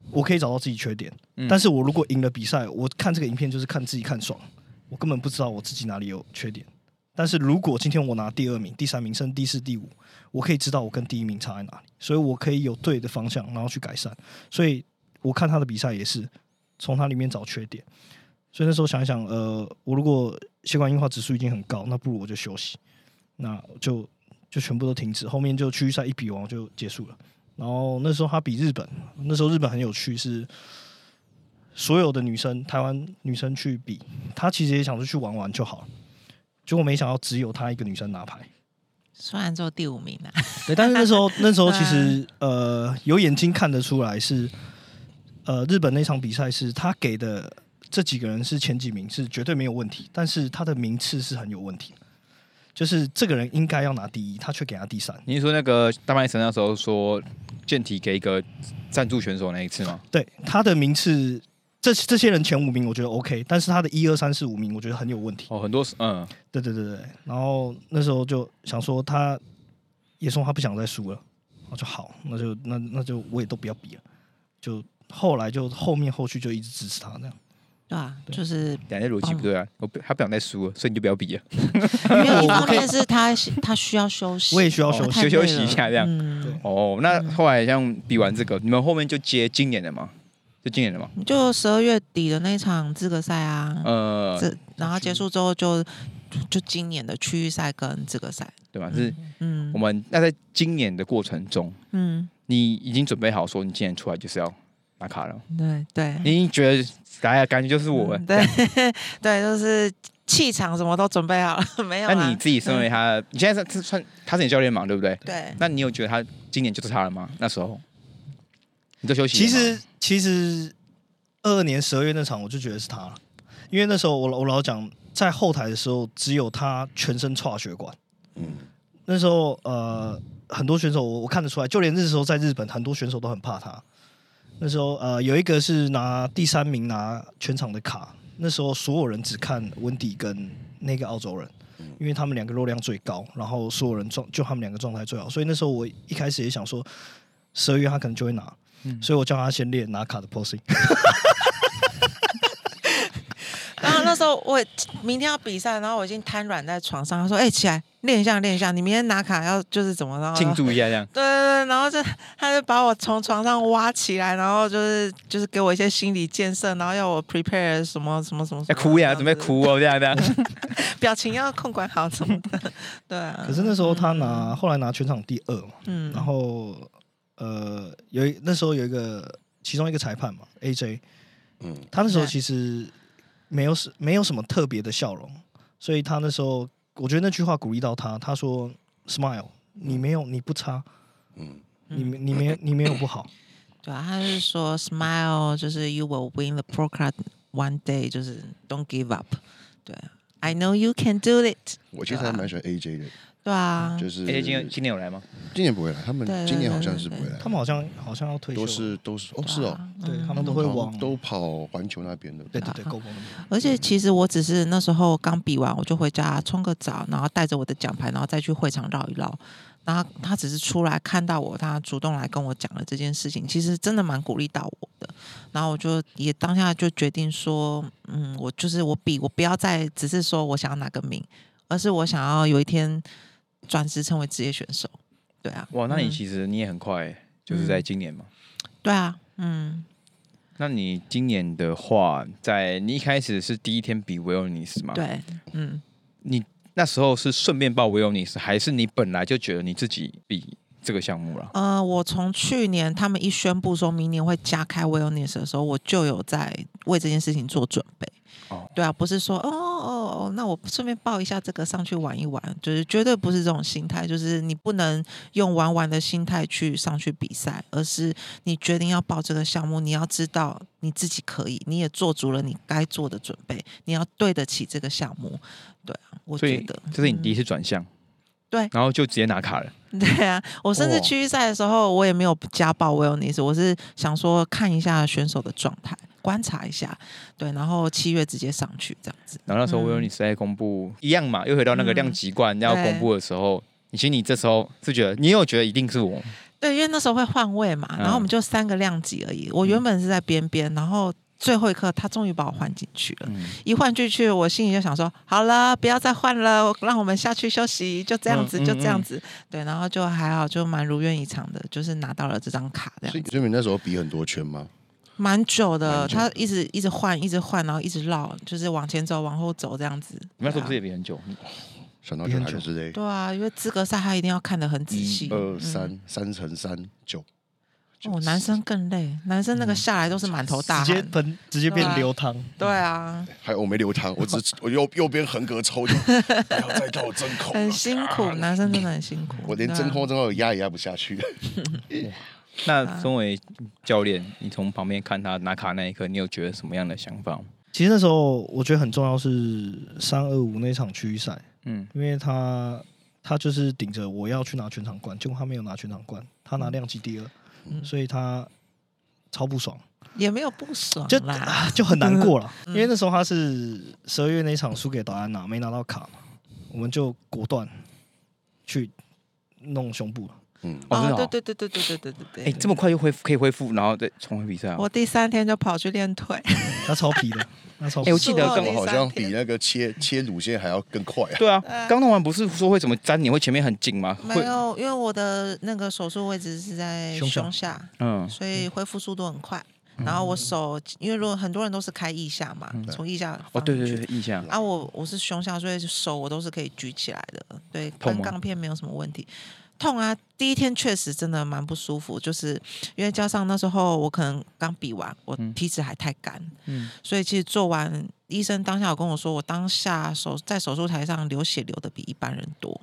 S3: 我可以找到自己缺点，
S1: 嗯
S3: 但是我如果赢了比赛，我看这个影片就是看自己看爽，我根本不知道我自己哪里有缺点。但是如果今天我拿第二名、第三名，甚至第四、第五，我可以知道我跟第一名差在哪里，所以我可以有对的方向，然后去改善。所以我看他的比赛也是从他里面找缺点。所以那时候想一想，呃，我如果血管硬化指数已经很高，那不如我就休息，那就就全部都停止。后面就区域赛一比完我就结束了。然后那时候他比日本，那时候日本很有趣是。所有的女生，台湾女生去比，她其实也想说去玩玩就好了，结果没想到只有她一个女生拿牌。
S4: 虽然只有第五名啊，
S3: 对，但是那时候那时候其实呃有眼睛看得出来是，呃日本那场比赛是他给的这几个人是前几名是绝对没有问题，但是他的名次是很有问题的，就是这个人应该要拿第一，他却给他第三。
S1: 你是说那个大半夜神那时候说健体给一个赞助选手那一次吗？
S3: 对，他的名次这这些人前五名我觉得 OK，但是他的一二三四五名我觉得很有问题。
S1: 哦，很多是嗯，
S3: 对对对对，然后那时候就想说他也说他不想再输了，我就好，那就那那就我也都不要比了，就后来就后面后续就一直支持他这样，
S4: 对啊，
S3: 对
S4: 就是
S1: 两人逻辑不对
S4: 哦
S1: 啊，我不他不想再输了，所以你就不要比了，
S4: 没有一
S3: 我
S4: 方
S3: 可以
S4: 面是他他需要休息，
S3: 我也需要
S1: 哦
S3: 休息。
S4: 太累
S1: 休
S4: 了
S1: 息一下这样。
S4: 嗯
S1: 哦，那后来像比完这个，你们后面就接今年的吗？就今年的吗？
S4: 就十二月底的那一场资格赛啊，
S1: 呃，
S4: 这然后结束之后就就就今年的区域赛跟资格赛，
S1: 对吧？是
S4: 嗯
S1: 我们那在今年的过程中，
S4: 嗯，
S1: 你已经准备好说你今年出来就是要拿卡了，
S4: 对对，
S1: 你已经觉得哎呀，感觉就是我了
S4: 嗯。对 [laughs] 对，就是气场什么都准备好了， [laughs] 没有啊
S1: 那
S4: 啦
S1: 你自己身为他，你现在是算他是你教练嘛，对不对？
S4: 对
S1: 那你有觉得他今年就是他了吗？那时候你在休息了
S3: 其
S1: 吗？
S3: 实其实二二年十二月那场我就觉得是他了，因为那时候我老我老讲在后台的时候，只有他全身岔血管。
S2: 嗯，
S3: 那时候呃，很多选手我我看得出来，就连那时候在日本，很多选手都很怕他。那时候呃，有一个是拿第三名拿全场的卡，那时候所有人只看温迪跟那个澳洲人，因为他们两个肉量最高，然后所有人状就他们两个状态最好，所以那时候我一开始也想说，十二月他可能就会拿，所以我叫他先练拿卡的
S4: [laughs]
S3: posing。
S4: 然后那时候我明天要比赛，然后我已经瘫软在床上，他说：“哎、起来练一下，练一下，你明天拿卡要就是怎么着？”
S1: 庆祝一下这样。
S4: 对对对，然后就他就把我从床上挖起来，然后就是就是给我一些心理建设，然后要我 prepare 什么什么什么
S1: 要哭
S4: [laughs]
S1: 呀，
S4: 什
S1: 准
S4: 么
S1: 备哭哦，这样这样。
S4: 表情要控管好什么
S3: [laughs]
S4: 的，对啊。
S3: 可是哦那时候他拿后来拿全场第二嘛，
S4: 嗯，
S3: 然后呃，有一那时候有一个其中一个裁判嘛，AJ，
S2: 嗯
S3: 他那时候
S4: 对
S3: 其实没有什没有什么特别的笑容，所以他那时候我觉得那句话鼓励到他，他说 “smile”，你没有你不差，
S2: 嗯
S3: 你没你没有你没有
S4: [laughs]
S3: 不好，
S4: 对啊，他是说 smile，就是 you will win the pro card one day，就是 don't give up，对啊，I know you can do it，
S2: 我其实还蛮喜欢 AJ 的，
S4: 对
S3: 嗯
S4: 啊，
S2: 就是
S1: 哎，今年今年有来吗？
S2: 今年不会来，他们
S4: 对对
S2: 今年好像是不会来，
S3: 他们好像好像要退休
S2: 都
S3: 了，
S2: 是都是哦
S4: 对啊
S2: 是哦，
S3: 对
S4: 嗯
S3: 他
S2: 他
S3: 们都
S2: 们
S3: 会
S2: 好像
S3: 往
S2: 都跑环球那边的，
S3: 对对对，够不
S4: [laughs] 而
S1: 嗯
S4: 且其实我只是那时候刚比完，我就回家冲个澡，然后带着我的奖牌，然后再去会场绕一绕。然后他只是出来看到我，他主动来跟我讲了这件事情，其实真的蛮鼓励到我的。然后我就也当下就决定说，嗯，我就是我比，我不要再只是说我想要拿个名，而是我想要有一天转职成为职业选手。对啊，
S1: 哇，那你
S4: 嗯
S1: 其实你也很快，欸就是在今年嘛。
S4: 对啊，嗯，
S1: 那你今年的话，在你一开始是第一天比维欧尼斯吗？，
S4: 对，嗯。
S1: 你那时候是顺便报维欧尼斯，还是你本来就觉得你自己比这个项目了？
S4: 呃，我从去年他们一宣布说明年会加开 wellness 的时候，我就有在为这件事情做准备。
S1: 哦
S4: 对啊，不是说哦哦哦，那我顺便报一下这个上去玩一玩，就是绝对不是这种心态，就是你不能用玩玩的心态去上去比赛，而是你决定要报这个项目，你要知道你自己可以，你也做足了你该做的准备，你要对得起这个项目。对啊，我
S1: 所
S4: 觉
S1: 以
S4: 得
S1: 这是你
S4: 嗯
S1: 第一次转向，
S4: 对
S1: 然后就直接拿卡了。
S4: [laughs] 对啊，我甚至
S1: 哦
S4: 区域赛的时候，我也没有加爆 wellness，我是想说看一下选手的状态，观察一下，对，然后七月直接上去这样子。
S1: 然后那时候
S4: 嗯
S1: 维欧尼斯在公布一样嘛，又回到那个
S4: 嗯
S1: 量级冠要公布的时候，你其实你这时候是觉得你有觉得一定是我，
S4: 对，因为那时候会换位嘛，然后
S1: 嗯
S4: 我们就三个量级而已。我原本是在边边，然后最后一刻他终于把我换进去了。
S1: 嗯，
S4: 一换进去，我心里就想说，好了，不要再换了，让我们下去休息，就这样子，
S1: 嗯嗯
S4: 就这样子。对，然后就还好，就蛮如愿以偿的，就是拿到了这张卡这样
S2: 所以所以你那时候比很多圈吗？
S4: 蛮久的，
S2: 蛮久
S4: 他一直一直换，一直换，然后一直绕，就是往前走，往后走这样子。
S1: 你那时候不是
S4: 对啊
S1: 也比很久？
S2: 想到就还是类
S4: 对啊，因为资格赛他一定要看得很仔细
S1: 一。
S2: 二
S4: 嗯
S2: 三三乘三九，
S1: 呃
S2: 九
S4: 哦，男生更累，男生那个下来都是满头大
S3: 直接
S4: 汗。
S3: 喷直接
S4: 对啊
S3: 变流汤，
S4: 对啊，
S2: 还有我没留
S4: [laughs]
S2: 汤，我只我右右边横膈抽，就不要再叫我针孔了，
S4: 很辛苦，男生真的很辛苦。
S2: 我连
S4: 对啊
S2: 真空真空压也压不下
S4: [laughs]
S2: 去。
S4: 啊
S1: 那身为教练，你从旁边看他拿卡那一刻，你有觉得什么样的想法吗？
S3: 其实那时候我觉得很重要是三二五那场区域赛，
S1: 嗯，
S3: 因为他他就是顶着我要去拿全场冠，结果他没有拿全场冠，他拿量级第二，
S4: 嗯
S3: 所以他超不爽，
S4: 也没有不爽
S3: 就
S4: 啦。嗯
S3: 啊就很难过了。 [laughs] 因为那时候他是十二月那场输给达安娜，没拿到卡嘛，我们就果断去弄胸部了。
S2: 嗯，
S1: 哦，真的、哦，
S4: 对对对对对对对对对。
S1: 哎、这么快就恢复可以恢复，然后再重回比赛、哦。
S4: 我第三天就跑去练腿，
S3: 他超皮的，他超皮
S1: 哎我记
S4: [laughs]
S1: 得
S4: 跟
S1: 刚
S2: 我好像比那个切切乳腺还要更快啊。
S1: 对啊
S4: 对，
S1: 刚弄完不是说会怎么粘你会前面很紧吗？
S4: 呃没
S1: 会，
S4: 有，因为我的那个手术位置是在
S3: 胸下
S4: 胸下，
S1: 嗯，
S4: 所以恢复速度很快。然后我手，因为如果很多人都是开腋下嘛，从腋下
S1: 哦，对对
S4: 放进去
S1: 对，印象。
S4: 啊，我我是胸下，所以手我都是可以举起来的，对，
S1: 痛
S4: 跟
S1: 吗
S4: 钢片没有什么问题。痛啊！第一天确实真的蛮不舒服，就是因为加上那时候我可能刚比完，我
S1: 嗯
S4: 体脂还太干，
S1: 嗯，
S4: 所以其实做完，医生当下有跟我说，我当下手在手术台上流血流的比一般人多。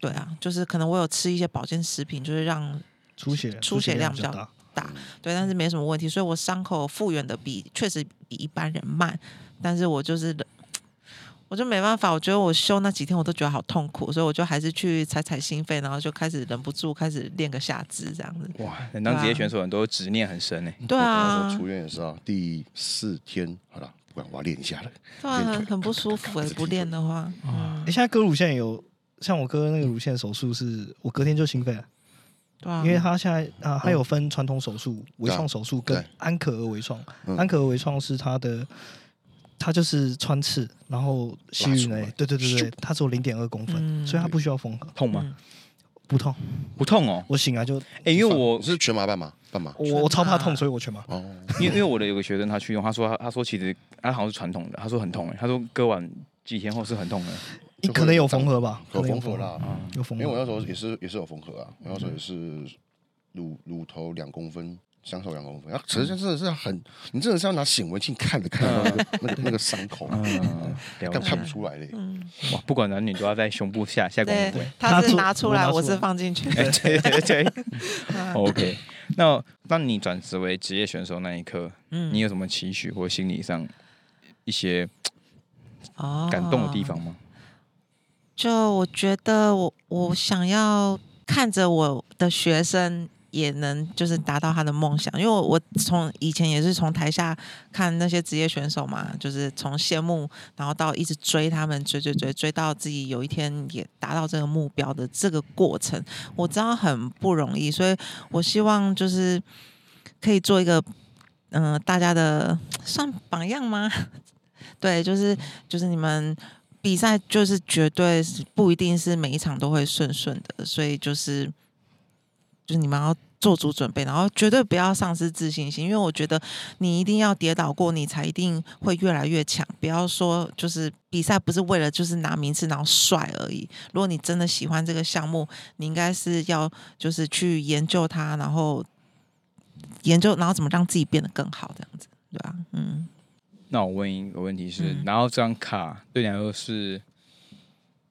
S4: 对啊，就是可能我有吃一些保健食品，就是让
S3: 出血
S4: 出血量
S3: 比
S4: 比
S3: 较
S4: 较
S3: 大。
S4: 大，对，但是没什么问题，所以我伤口复原的比确实比一般人慢，但是我就是忍我就没办法，我觉得我休那几天我都觉得好痛苦，所以我就还是去踩踩心肺，然后就开始忍不住开始练个下肢这样子。
S1: 哇，能当
S4: 啊
S1: 职业选手很多执念很深欸呢。
S4: 对
S2: 那时候
S4: 啊，
S2: 出院也是啊，第四天好了，不管我要练一下了。
S4: 对啊，很很不舒服哎、
S2: 自己
S4: 不练的话，嗯
S3: 哎，，现在割乳腺有像我哥那个乳腺手术，是我隔天就心肺了，
S4: 对啊，嗯
S3: 因为他现在啊，他有分传统手术、微创手术跟
S2: 对
S3: 安可儿微创。
S2: 嗯
S3: 安可儿微创是他的，他就是穿刺，然后吸吮
S2: 拉出
S3: 嘞
S2: 来，
S3: 对对对对，他只有零点二公分，
S4: 嗯
S3: 所以他不需要缝合，
S1: 痛吗？
S4: 嗯
S3: 不痛。
S1: 不痛哦。
S3: 我醒来就
S1: 哎、因为
S2: 我
S1: 我
S2: [laughs] 是全麻半麻半麻
S3: 我我超怕痛，
S4: 啊
S3: 所以我全麻。
S2: 哦，
S1: 因为因为我的有个学生他去用，他说他他说其实他好像是传统的，他说很痛哎，他说割完几天后是很痛的。
S3: 你可能有缝合啊吧，
S2: 有
S3: 可能
S2: 缝合，啦，
S1: 嗯，
S3: 有缝
S2: 因为我
S3: 合。
S2: 那时候也是也是有缝合啊，我那时候也是乳乳头两公分。伤口两公分，啊，其实真的是很，你真的是要拿显微镜看着看着那
S4: [laughs]
S2: 个那个那个伤口， [laughs]
S1: 嗯，了
S2: 看看
S1: 解
S2: 不。出来嘞。
S4: 嗯，
S1: 哇，不管男女都要在胸部下下功
S4: 对
S1: 夫。，
S4: 他
S3: 他
S4: 是
S3: 出
S4: 拿出
S3: 我拿
S4: 来，
S3: 出
S4: 我是
S3: 来
S4: 放进去。
S1: [laughs] 哎，对对对哎
S4: 啊
S1: ，OK。那当你转职为职业选手那一刻，
S4: 嗯
S1: 你有什么期许或心理上一些
S4: 哦
S1: 感动的地方吗？
S4: 就我觉得我我想要看着我的学生也能就是达到他的梦想，因为我我从以前也是从台下看那些职业选手嘛，就是从羡慕，然后到一直追他们，追追追追到自己有一天也达到这个目标的这个过程，我知道很不容易，所以我希望就是可以做一个嗯、呃大家的算榜样吗？ [laughs] 对，就是就是你们比赛就是绝对是不一定是每一场都会顺顺的，所以就是就是你们要做足准备，然后绝对不要丧失自信心，因为我觉得你一定要跌倒过，你才一定会越来越强。不要说就是比赛不是为了就是拿名次然后帅而已，如果你真的喜欢这个项目，你应该是要就是去研究它，然后研究然后怎么让自己变得更好，这样子，对吧、嗯，
S1: 那我问一个问题是，
S4: 嗯
S1: 然后这张卡对你来说是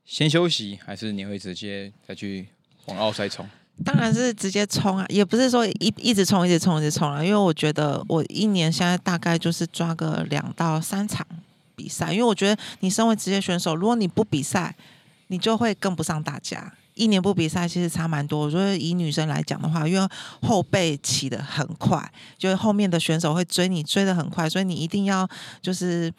S1: 先休息，还是你会直接再去往奥赛冲？
S4: 当然是直接冲啊，也不是说一一直冲、一直冲、一直冲了、啊因为我觉得我一年现在大概就是抓个两到三场比赛，因为我觉得你身为职业选手，如果你不比赛，你就会跟不上大家。一年不比赛其实差蛮多，我觉得以女生来讲的话，因为后背起得很快，就是后面的选手会追你，追得很快，所以你一定要就是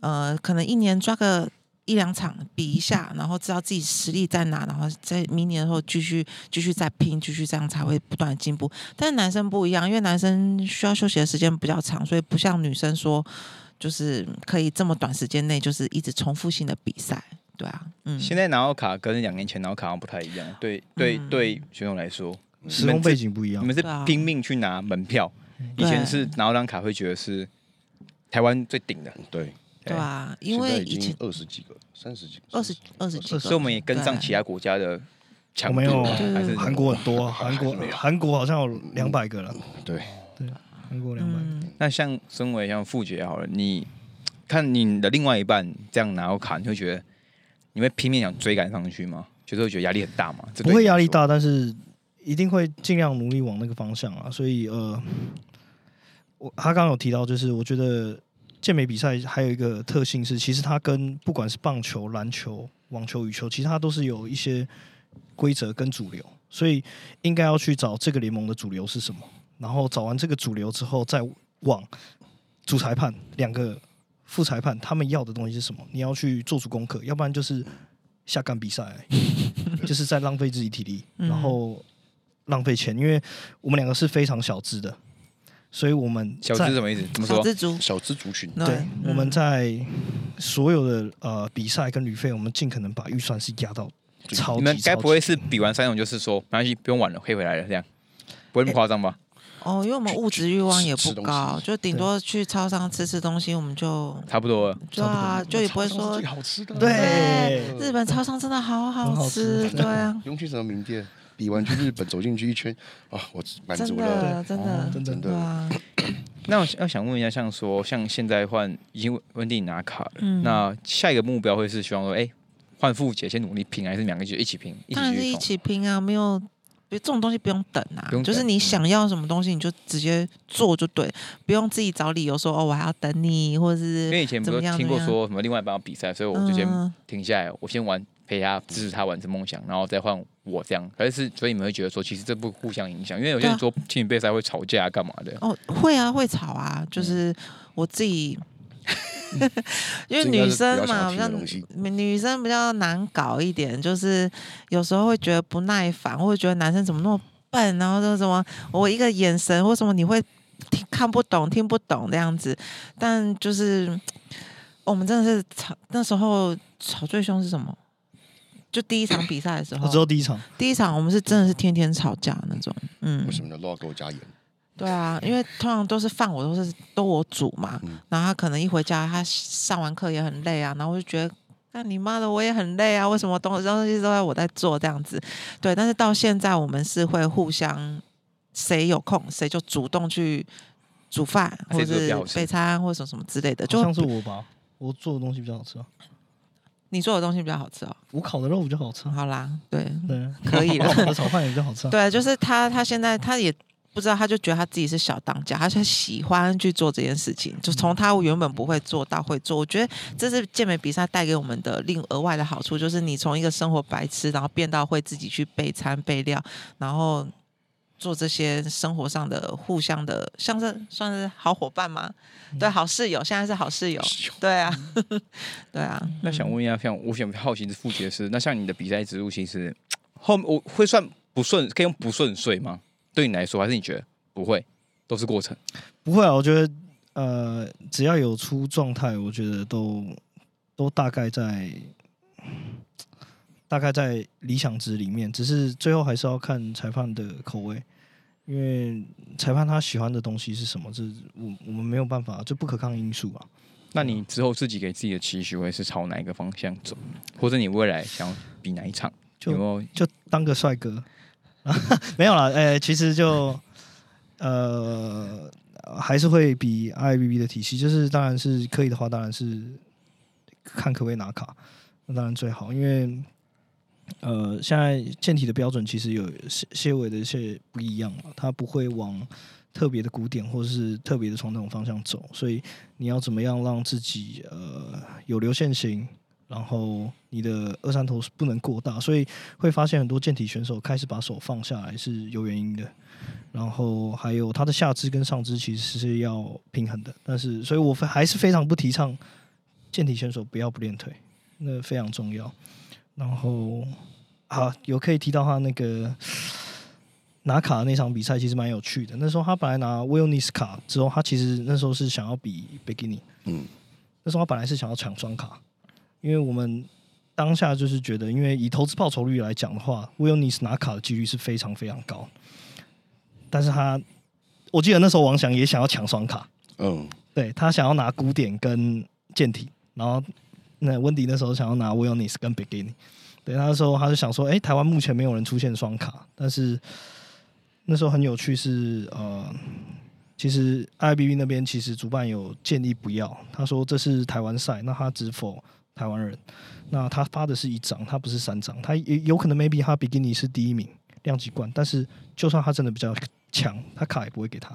S4: 呃，可能一年抓个一两场比一下，然后知道自己实力在哪，然后在明年的时候继续继续再拼，继续这样才会不断的进步。但是男生不一样，因为男生需要休息的时间比较长，所以不像女生说就是可以这么短时间内就是一直重复性的比赛。对啊，嗯，
S1: 现在拿到卡跟两年前拿到卡好像不太一样，对对
S4: 嗯
S1: 对，选手来说，
S3: 嗯时空背景不嗯一样
S1: 你，们是
S4: 对啊
S1: 拼命去拿门票，以
S4: 对
S1: 前是拿到张卡会觉得是台湾最顶的，
S2: 对，
S4: 对啊，因
S2: 现在
S4: 为
S2: 已
S4: 以前
S2: 经二十几个、三十几个、
S4: 二十二十几个，
S1: 所以我们也跟上其他国家的强
S3: 我
S1: 度
S3: 没有
S1: 吗，还是
S3: 韩国很多，
S2: [laughs]
S3: 啊
S2: 还
S3: 韩
S2: 是
S3: 国
S2: 没有
S3: 韩国好像有两百个了，
S2: 对，
S3: 韩国两百个。
S4: 嗯，
S1: 那像身为像傅姐好了，你看你的另外一半这样拿到卡，你会觉得你会拼命想追赶上去吗？就是会觉得压力很大吗？这对
S3: 不会
S1: 你来
S3: 压力
S1: 说，
S3: 大，但是一定会尽量努力往那个方向啊。所以呃，我他刚刚有提到，就是我觉得健美比赛还有一个特性是，其实它跟不管是棒球、篮球、网球、羽球，其实它都是有一些规则跟主流，所以应该要去找这个联盟的主流是什么，然后找完这个主流之后，再往主裁判两个。副裁判他们要的东西是什么？你要去做足功课， [laughs] 要不然就是下干比赛而已，就是在浪费自己体力，
S4: 嗯
S3: 然后浪费钱，因为我们两个是非常小资的，所以我们
S1: 小
S3: 在
S1: 资什么意思？怎么
S4: 小
S1: 说？
S4: 蜘蛛，
S2: 小资族群，
S3: 对，
S4: 嗯
S3: 我们在所有的呃比赛跟旅费，我们尽可能把预算是压到超级。
S1: 你们该不
S3: 超
S1: 会
S3: 级
S1: 是比完三种就是说，没关系，不用玩了，可以回来了这样？不会那么夸张吧？
S4: 哦，因为我们物质欲望也
S2: 吃吃
S4: 不
S2: 东西
S4: 高，就顶多去超商吃吃东西，我们就
S1: 差不多了。
S4: 对啊，就也不会说
S2: 最好吃的，啊
S3: 对
S4: 日本超商真的好
S3: 很好
S4: 好
S3: 吃
S4: 吃，对啊，
S2: [laughs] 不用去什么名店，比完去日本走进去一圈啊，我满
S4: 真
S2: 足了，
S4: 的真的
S3: 真的
S2: 真
S4: 对
S2: 的。
S4: 啊，
S1: 那我想要想问一下，像说像现在换已经温蒂拿卡了，
S4: 嗯
S1: 那下一个目标会是希望说，哎、换富姐先努力拼，还是两个就一起拼？一起
S4: 当然
S1: 去
S4: 是一
S1: 冲
S4: 起拼啊，没有。这种东西不用等啊
S1: 不用，等
S4: 就是你想要什么东西你就直接做就对，不用自己找理由说哦我还要等你，或者
S1: 因
S4: 是
S1: 为以前不
S4: 怎么
S1: 是
S4: 样
S1: 听过
S4: 怎么样
S1: 说什么另外一帮比赛，所以我就先
S4: 嗯
S1: 停下来，我先玩陪他支持他完成梦想，然后再换我这样。可是所以你们会觉得说，其实这不互相影响，因为有些人
S4: 对啊
S1: 说情侣备赛会吵架干嘛的，
S4: 哦会啊会吵啊，就是我自己，
S2: 嗯这应该是比较想
S4: 因为女生嘛比
S2: 听
S4: 较
S2: 的东西，
S4: 女生比较难搞一点，就是有时候会觉得不耐烦，或者觉得男生怎么那么笨，然后就什么我一个眼神，为什么你会听看不懂、听不懂这样子？但就是嗯我们真的是吵，那时候吵最凶是什么？就第一场比赛的时
S3: 我只有
S4: 候，
S3: 第一场，
S4: 第一场我们是真的是天天吵架那种，嗯
S2: 为，什么呢？都要给我加盐，
S4: 对啊，
S3: 哎
S4: 因为通常都是饭我都是都我煮嘛，
S2: 嗯
S4: 然后他可能一回家他上完课也很累啊，然后我就觉得。那你妈的，我也很累啊！为什么东东西都在我在做这样子？对，但是到现在我们是会互相，谁有空谁就主动去煮饭，
S1: 谁
S4: 或
S1: 做比较好
S4: 者
S1: 吃
S4: 备餐，或者什么什么之类的。呃
S3: 好
S4: 就
S3: 像是我吧，我做的东西比较好吃啊，
S4: 你做的东西比较好吃哦。
S3: 我烤的肉比较好吃啊，
S4: 好啦，对，
S3: 对，
S4: 嗯可以
S3: [laughs] 我
S4: 了。
S3: 烤的炒饭也比较好吃啊。
S4: 对，就是他，他现在他也不知道，他就觉得他自己是小当家，他就喜欢去做这件事情，就从他原本不会做到会做。我觉得这是健美比赛带给我们的另额外的好处，就是你从一个生活白痴，然后变到会自己去备餐备料，然后。做这些生活上的互相的，像是算是好伙伴吗？对，好室友，现在是好嗯室友，对啊， [laughs] 对啊。
S1: 那想问一下，像我想好奇的副角是，那像你的比赛之路，其实后我会算不顺，可以用不顺遂吗？对你来说，还是你觉得不会，都是过程？
S3: 不会啊，我觉得呃，只要有出状态，我觉得都都大概在大概在理想值里面，只是最后还是要看裁判的口味，因为裁判他喜欢的东西是什么，这我我们没有办法，这不可抗因素啊。
S1: 那
S4: 嗯
S1: 你之后自己给自己的期许会是朝哪一个方向走，或者你未来想要比哪一场？有
S3: 就
S1: 没有
S3: 就当个帅哥， [laughs] 没有啦，呃、其实就呃还是会比 IBB 的体系，就是当然是可以的话，当然是看可不可以拿卡，那当然最好，因为呃现在健体的标准其实有些些微的一些不一样嘛，它不会往。特别的古典或是特别的传统方向走，所以你要怎么样让自己呃有流线型，然后你的二三头是不能过大，所以会发现很多健体选手开始把手放下来是有原因的。然后还有他的下肢跟上肢其实是要平衡的，但是所以我非还是非常不提倡健体选手不要不练腿，那非常重要。然后啊，有可以提到他那个呃拿卡的那场比赛，其实蛮有趣的。那时候他本来拿 Willness 卡之后，他其实那时候是想要比 Bikini，
S2: 嗯，
S3: 那时候他本来是想要抢双卡，因为我们当下就是觉得，因为以投资报酬率来讲的话，Willness 拿卡的几率是非常非常高。但是他，我记得那时候王翔也想要抢双卡，
S2: 嗯，
S3: 对他想要拿古典跟健体，然后那温迪那时候想要拿 Willness 跟 Bikini，对，他那时候他就想说，哎、台湾目前没有人出现双卡，但是那时候很有趣是呃。其实 IBB 那边其实主办有建议不要，他说这是台湾赛，那他只否台湾人，那他发的是一张，他不是三张，他也有可能 maybe 他比基尼是第一名量级冠，但是就算他真的比较强，他卡也不会给他，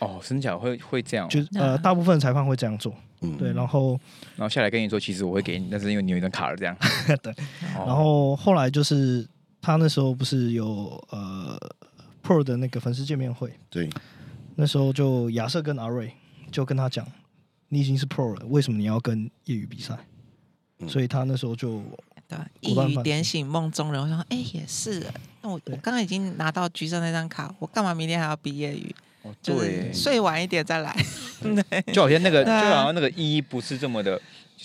S1: 哦，真假会会这样哦、
S3: 就是呃
S4: 那
S3: 大部分裁判会这样做，
S2: 嗯
S3: 对，然后
S1: 然后下来跟你说，其实我会给你，但是因为你有一张卡了
S4: [laughs]
S1: 这样。
S3: 对
S1: 哦
S3: 然后后来就是他那时候不是有呃 Pro 的那个粉丝见面会，
S2: 对，
S3: 那时候就亚瑟跟阿瑞就跟他讲，你已经是 Pro 了，为什么你要跟业余比赛？
S2: 嗯
S3: 所以他那时候就
S4: 对吧？
S3: 骨
S4: 一
S3: 干
S4: 语
S3: 饭
S4: 点醒梦中人，我想说，哎、也是啊。那我我
S3: 对
S4: 刚刚已经拿到橘色那张卡，我干嘛明天还要毕业语？
S1: 哦，
S4: 就是
S1: 对，
S4: 睡晚一点再来。
S1: 就好像那个，就
S4: 对啊
S1: 好像那个意义不是这么的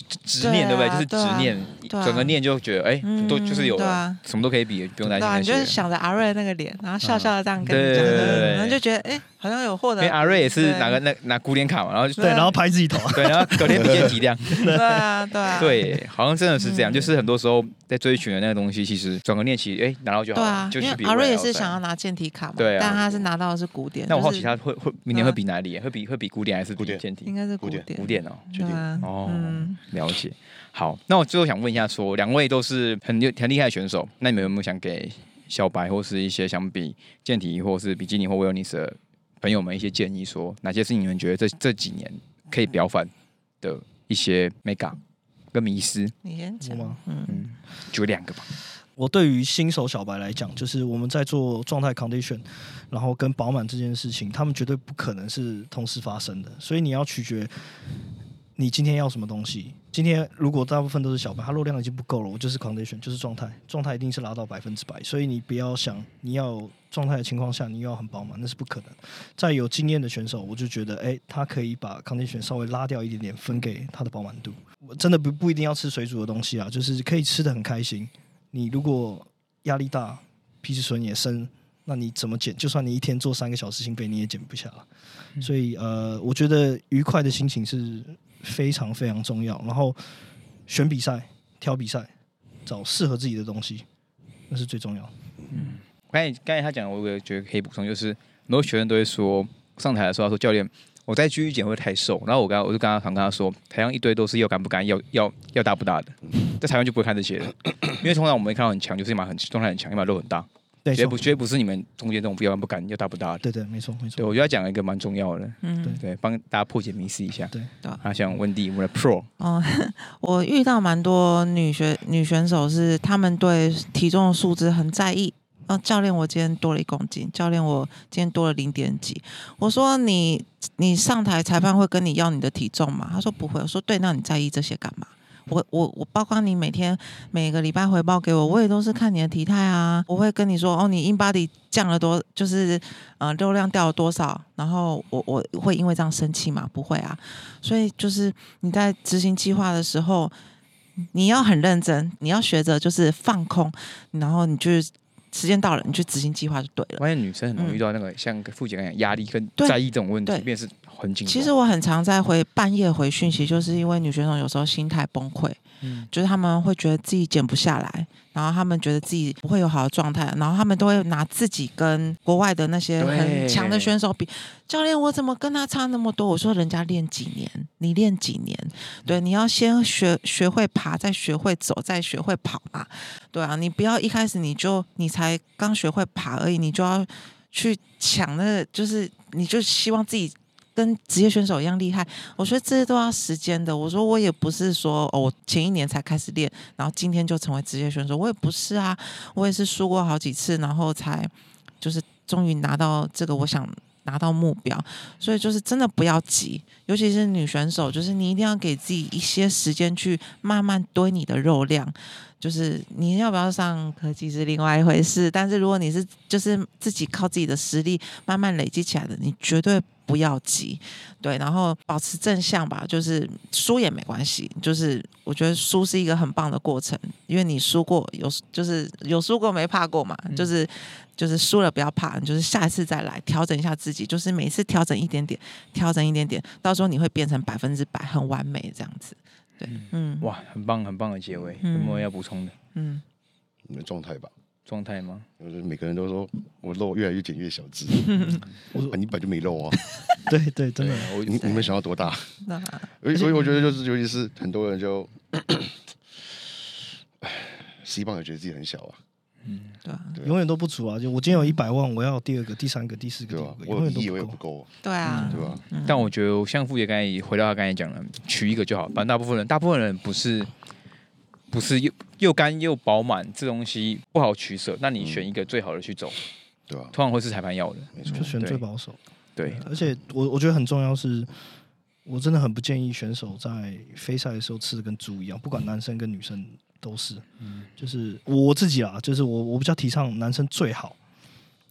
S1: 执执
S4: 对
S1: 念，
S4: 啊
S1: 对不对？就是
S4: 对啊
S1: 执念，
S4: 对啊
S1: 整个念就觉得，哎，
S4: 嗯
S1: 都就是有
S4: 对啊
S1: 了，什么都可以比，不用担
S4: 对
S1: 心
S4: 啊，
S1: 那
S4: 你就是
S1: 些。
S4: 想着阿瑞那个脸，然后笑笑的这样跟你
S1: 嗯
S4: 讲，
S1: 对对对对
S4: 然后就觉得哎、好像有获
S1: 因
S4: 得
S1: 为。阿瑞也是
S4: 对
S1: 拿个那拿古典卡嘛，然后就
S3: 对，然 [laughs] 后拍自己头，啊
S1: 对，然后隔天比见体谅。
S4: 对啊，对
S1: [laughs]
S4: 啊，
S1: 对，好像真的是这样，
S4: 嗯
S1: 就是很多时候在追寻的那个东西，其实转个念，其实哎拿到就好
S4: 对
S1: 了
S4: 啊，，
S1: 就
S4: 因
S1: 去
S4: 为
S1: 比
S4: 阿瑞
S1: 未
S4: 也
S1: 来
S4: 是
S1: 赛
S4: 想要拿健体卡嘛，
S1: 对啊
S4: 但他是拿到的是古典，
S1: 那我好
S4: 就
S1: 奇
S4: 是嗯
S1: 他会会明年会比哪里？会比会比古典还是
S2: 古
S1: 比
S2: 典
S1: 健体
S4: 应？该是古
S2: 古典
S1: 古典哦，
S2: 确
S4: 对啊，
S1: 哦
S4: 嗯，
S1: 了解。好，那我最后想问一下说，两位都是很厉很厉害的选手，那你们有没有想给小白或是一些想比健体或是比基尼或 wellness 的朋友们一些建议说哪些是你们觉得这这几年可以不要犯的一些 mega 跟迷失？
S4: 你先讲
S3: 我吗，
S4: 嗯，
S1: 嗯，举两个吧。
S3: 我对于新手小白来讲，就是我们在做状态 condition，然后跟饱满这件事情，他们绝对不可能是同时发生的，所以你要取决你今天要什么东西。今天如果大部分都是小白，它肉量已经不够了，我就是 condition，就是状态，状态一定是拉到百分之百，所以你不要想你要有状态的情况下，你又要很饱满，那是不可能。在有经验的选手，我就觉得，哎、他可以把 condition 稍微拉掉一点点，分给他的饱满度。我真的不不一定要吃水煮的东西啊，就是可以吃的很开心。你如果压力大，皮质醇也升，那你怎么减？就算你一天做三个小时心肺，你也减不下来。所以呃，我觉得愉快的心情是非常非常重要。然后选比赛、挑比赛，找适合自己的东西，那是最重要的。
S1: 刚才刚才他讲，我有个觉得可以补充，就是很多学生都会说，上台的时候他说教练，我在区域减会太瘦，然后我刚我就刚刚常跟他说，台上一堆都是要干不干，要要要大不大的，在台湾就不会看这些了，因为通常我们会看到很强，就是要么很状态很强，要么肉很大，
S3: 对，
S1: 绝
S3: 没
S1: 不
S3: 错
S1: 绝不是你们中间这种不要干不干，要大不大的。
S3: 对对，没错没
S1: 对，
S3: 错。
S1: 我觉得他讲了一个蛮重要的，
S4: 嗯，
S1: 对，帮大家破解迷思一下。
S3: 对
S4: 对啊
S1: 啊，像温迪，我们的 Pro，
S4: 哦，我遇到蛮多女学女选手是，她们对体重的数字很在意。哦，教练，我今天多了一公斤。教练，我今天多了零点几。我说你你上台裁判会跟你要你的体重吗？他说不会。我说对，那你在意这些干嘛？我我我包括你每天每个礼拜回报给我，我也都是看你的体态啊。我会跟你说，哦，你 in body 降了多，就是呃热量掉了多少。然后我我会因为这样生气吗？不会啊。所以就是你在执行计划的时候，你要很认真，你要学着就是放空，然后你就是时间到了，你去执行计划就对了。
S1: 发现女生很容易遇到那个像傅姐刚讲压力跟在意这种问题，
S4: 对
S1: 便是很紧。
S4: 其实，我很常在回半夜回讯息，就是因为女选手有时候心态崩溃，
S1: 嗯
S4: 就是她们会觉得自己减不下来，然后她们觉得自己不会有好的状态，然后她们都会拿自己跟国外的那些
S1: 对
S4: 很强的选手比，教练我怎么跟他差那么多？我说人家练几年，你练几年？对，啊你要先学学会爬，再学会走，再学会跑嘛。对啊，你不要一开始你就你才刚学会爬而已，你就要去抢那个，就是你就希望自己跟职业选手一样厉害。我觉得这些都要时间的。我说我也不是说哦，我前一年才开始练，然后今天就成为职业选手，我也不是啊，我也是输过好几次，然后才就是终于拿到这个我想拿到目标。所以就是真的不要急，尤其是女选手，就是你一定要给自己一些时间去慢慢堆你的肉量。就是你要不要上科技是另外一回事，但是如果你是就是自己靠自己的实力慢慢累积起来的，你绝对不要急，对，然后保持正向吧，就是输也没关系，就是我觉得输是一个很棒的过程，因为你输过有就是有输过没怕过嘛，就是就是输了不要怕，你就是下一次再来调整一下自己，就是每次调整一点点，调整一点点，到时候你会变成百分之百很完美这样子，对，嗯，
S1: 哇，很棒很棒的结尾，有
S4: 嗯
S1: 没有要补充的
S4: 嗯，
S2: 你的状态吧。
S1: 状态吗？
S2: 就是每个人都说我肉越来越减越小
S3: [laughs]
S2: 只，我说你本来就没肉啊，
S3: 对 [laughs] 对，真的
S1: 对，我
S2: 你你们想要多大？
S4: 那。
S2: 所以所以我觉得就是，尤其是很多人就， [clears throat] 唉西方也觉得自己很小啊，
S4: 对啊，
S2: 对
S3: 永远都不足啊！就我今天有一百万，我要有第二个、第三个、第四
S2: 对
S3: 个、第
S2: 吧
S3: 五？个，
S2: 我
S3: 永
S2: 有
S3: 远
S2: 一我也
S3: 都
S2: 不
S3: 不
S2: 够
S3: 够。
S2: 啊，
S4: 对啊，
S2: 对吧？
S1: 但我觉得像傅爷刚才也回到他刚才讲了，取一个就好。反正大部分人，大部分人不是不是又又干又饱满，这东西不好取舍。那你选一个最好的去走，
S2: 对吧？
S1: 通常会是裁判要的。
S2: 没错
S3: 就，选最
S1: 对啊
S3: 保守。
S1: 对，
S3: 而且我我觉得很重要是，我真的很不建议选手在飞赛的时候吃的跟猪一样，不管男生跟女生都是。就是我自己啦，就是我我比较提倡男生最好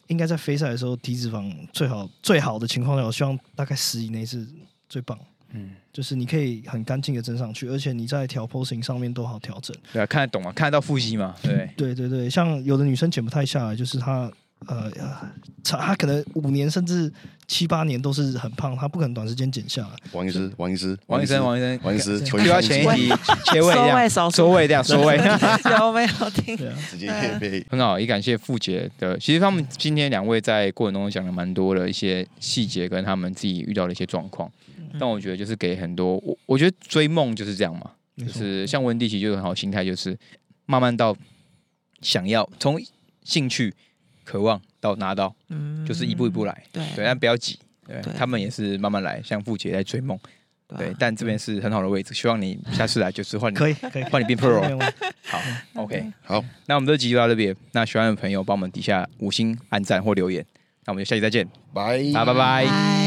S3: 应该在飞赛的时候低脂肪最好最好的情况下，我希望大概十以内是最棒。嗯，就是你可以很干净的蒸上去，而且你在调 posing 上面都好调整。
S1: 对啊，看得懂啊，看得到腹肌嘛，对，
S3: 对对对，像有的女生减不太下来，就是她呃，她她可能五年甚至七八年都是很胖，她不可能短时间减下
S1: [laughs]
S3: 来。
S2: 王医师，王医师，
S1: 王医生，王医生，
S2: 王医师，求
S1: 就要前一集切位
S4: 收
S1: 这
S4: 尾
S1: 样，
S4: 手
S1: 收
S4: 术
S1: 尾这样，收尾。
S4: 有没有听？
S3: 对啊，
S2: 直接也被
S1: 很好，也感谢傅杰的。呃其实他们今天两位在过程中讲了蛮多的一些细节，跟他们自己遇到的一些状况。
S3: 嗯
S1: 但我觉得就是给很多，我我觉得追梦就是这样嘛，
S3: 没
S1: 就
S3: 错
S1: 是像温蒂奇就有很好的心态，就是慢慢到想要从兴趣、渴望到拿到，[laughs]
S4: 嗯
S1: 就是一步一步来。
S4: 对
S1: 对，但不要急。对
S4: 对
S1: 他们也是慢慢来，像傅杰在追梦。
S4: 啊
S1: 对，但这边是很好的位置，希望你下次来就是换你
S3: 可以可以，
S1: 换你变
S3: 没
S1: pro。
S3: 有问题
S1: 好，OK。
S2: 好，
S1: 那我们这集就到这边。那喜欢的朋友帮我们底下五星按赞或留言。那我们就下期再见，
S2: 拜
S1: 大家拜拜。
S4: 拜。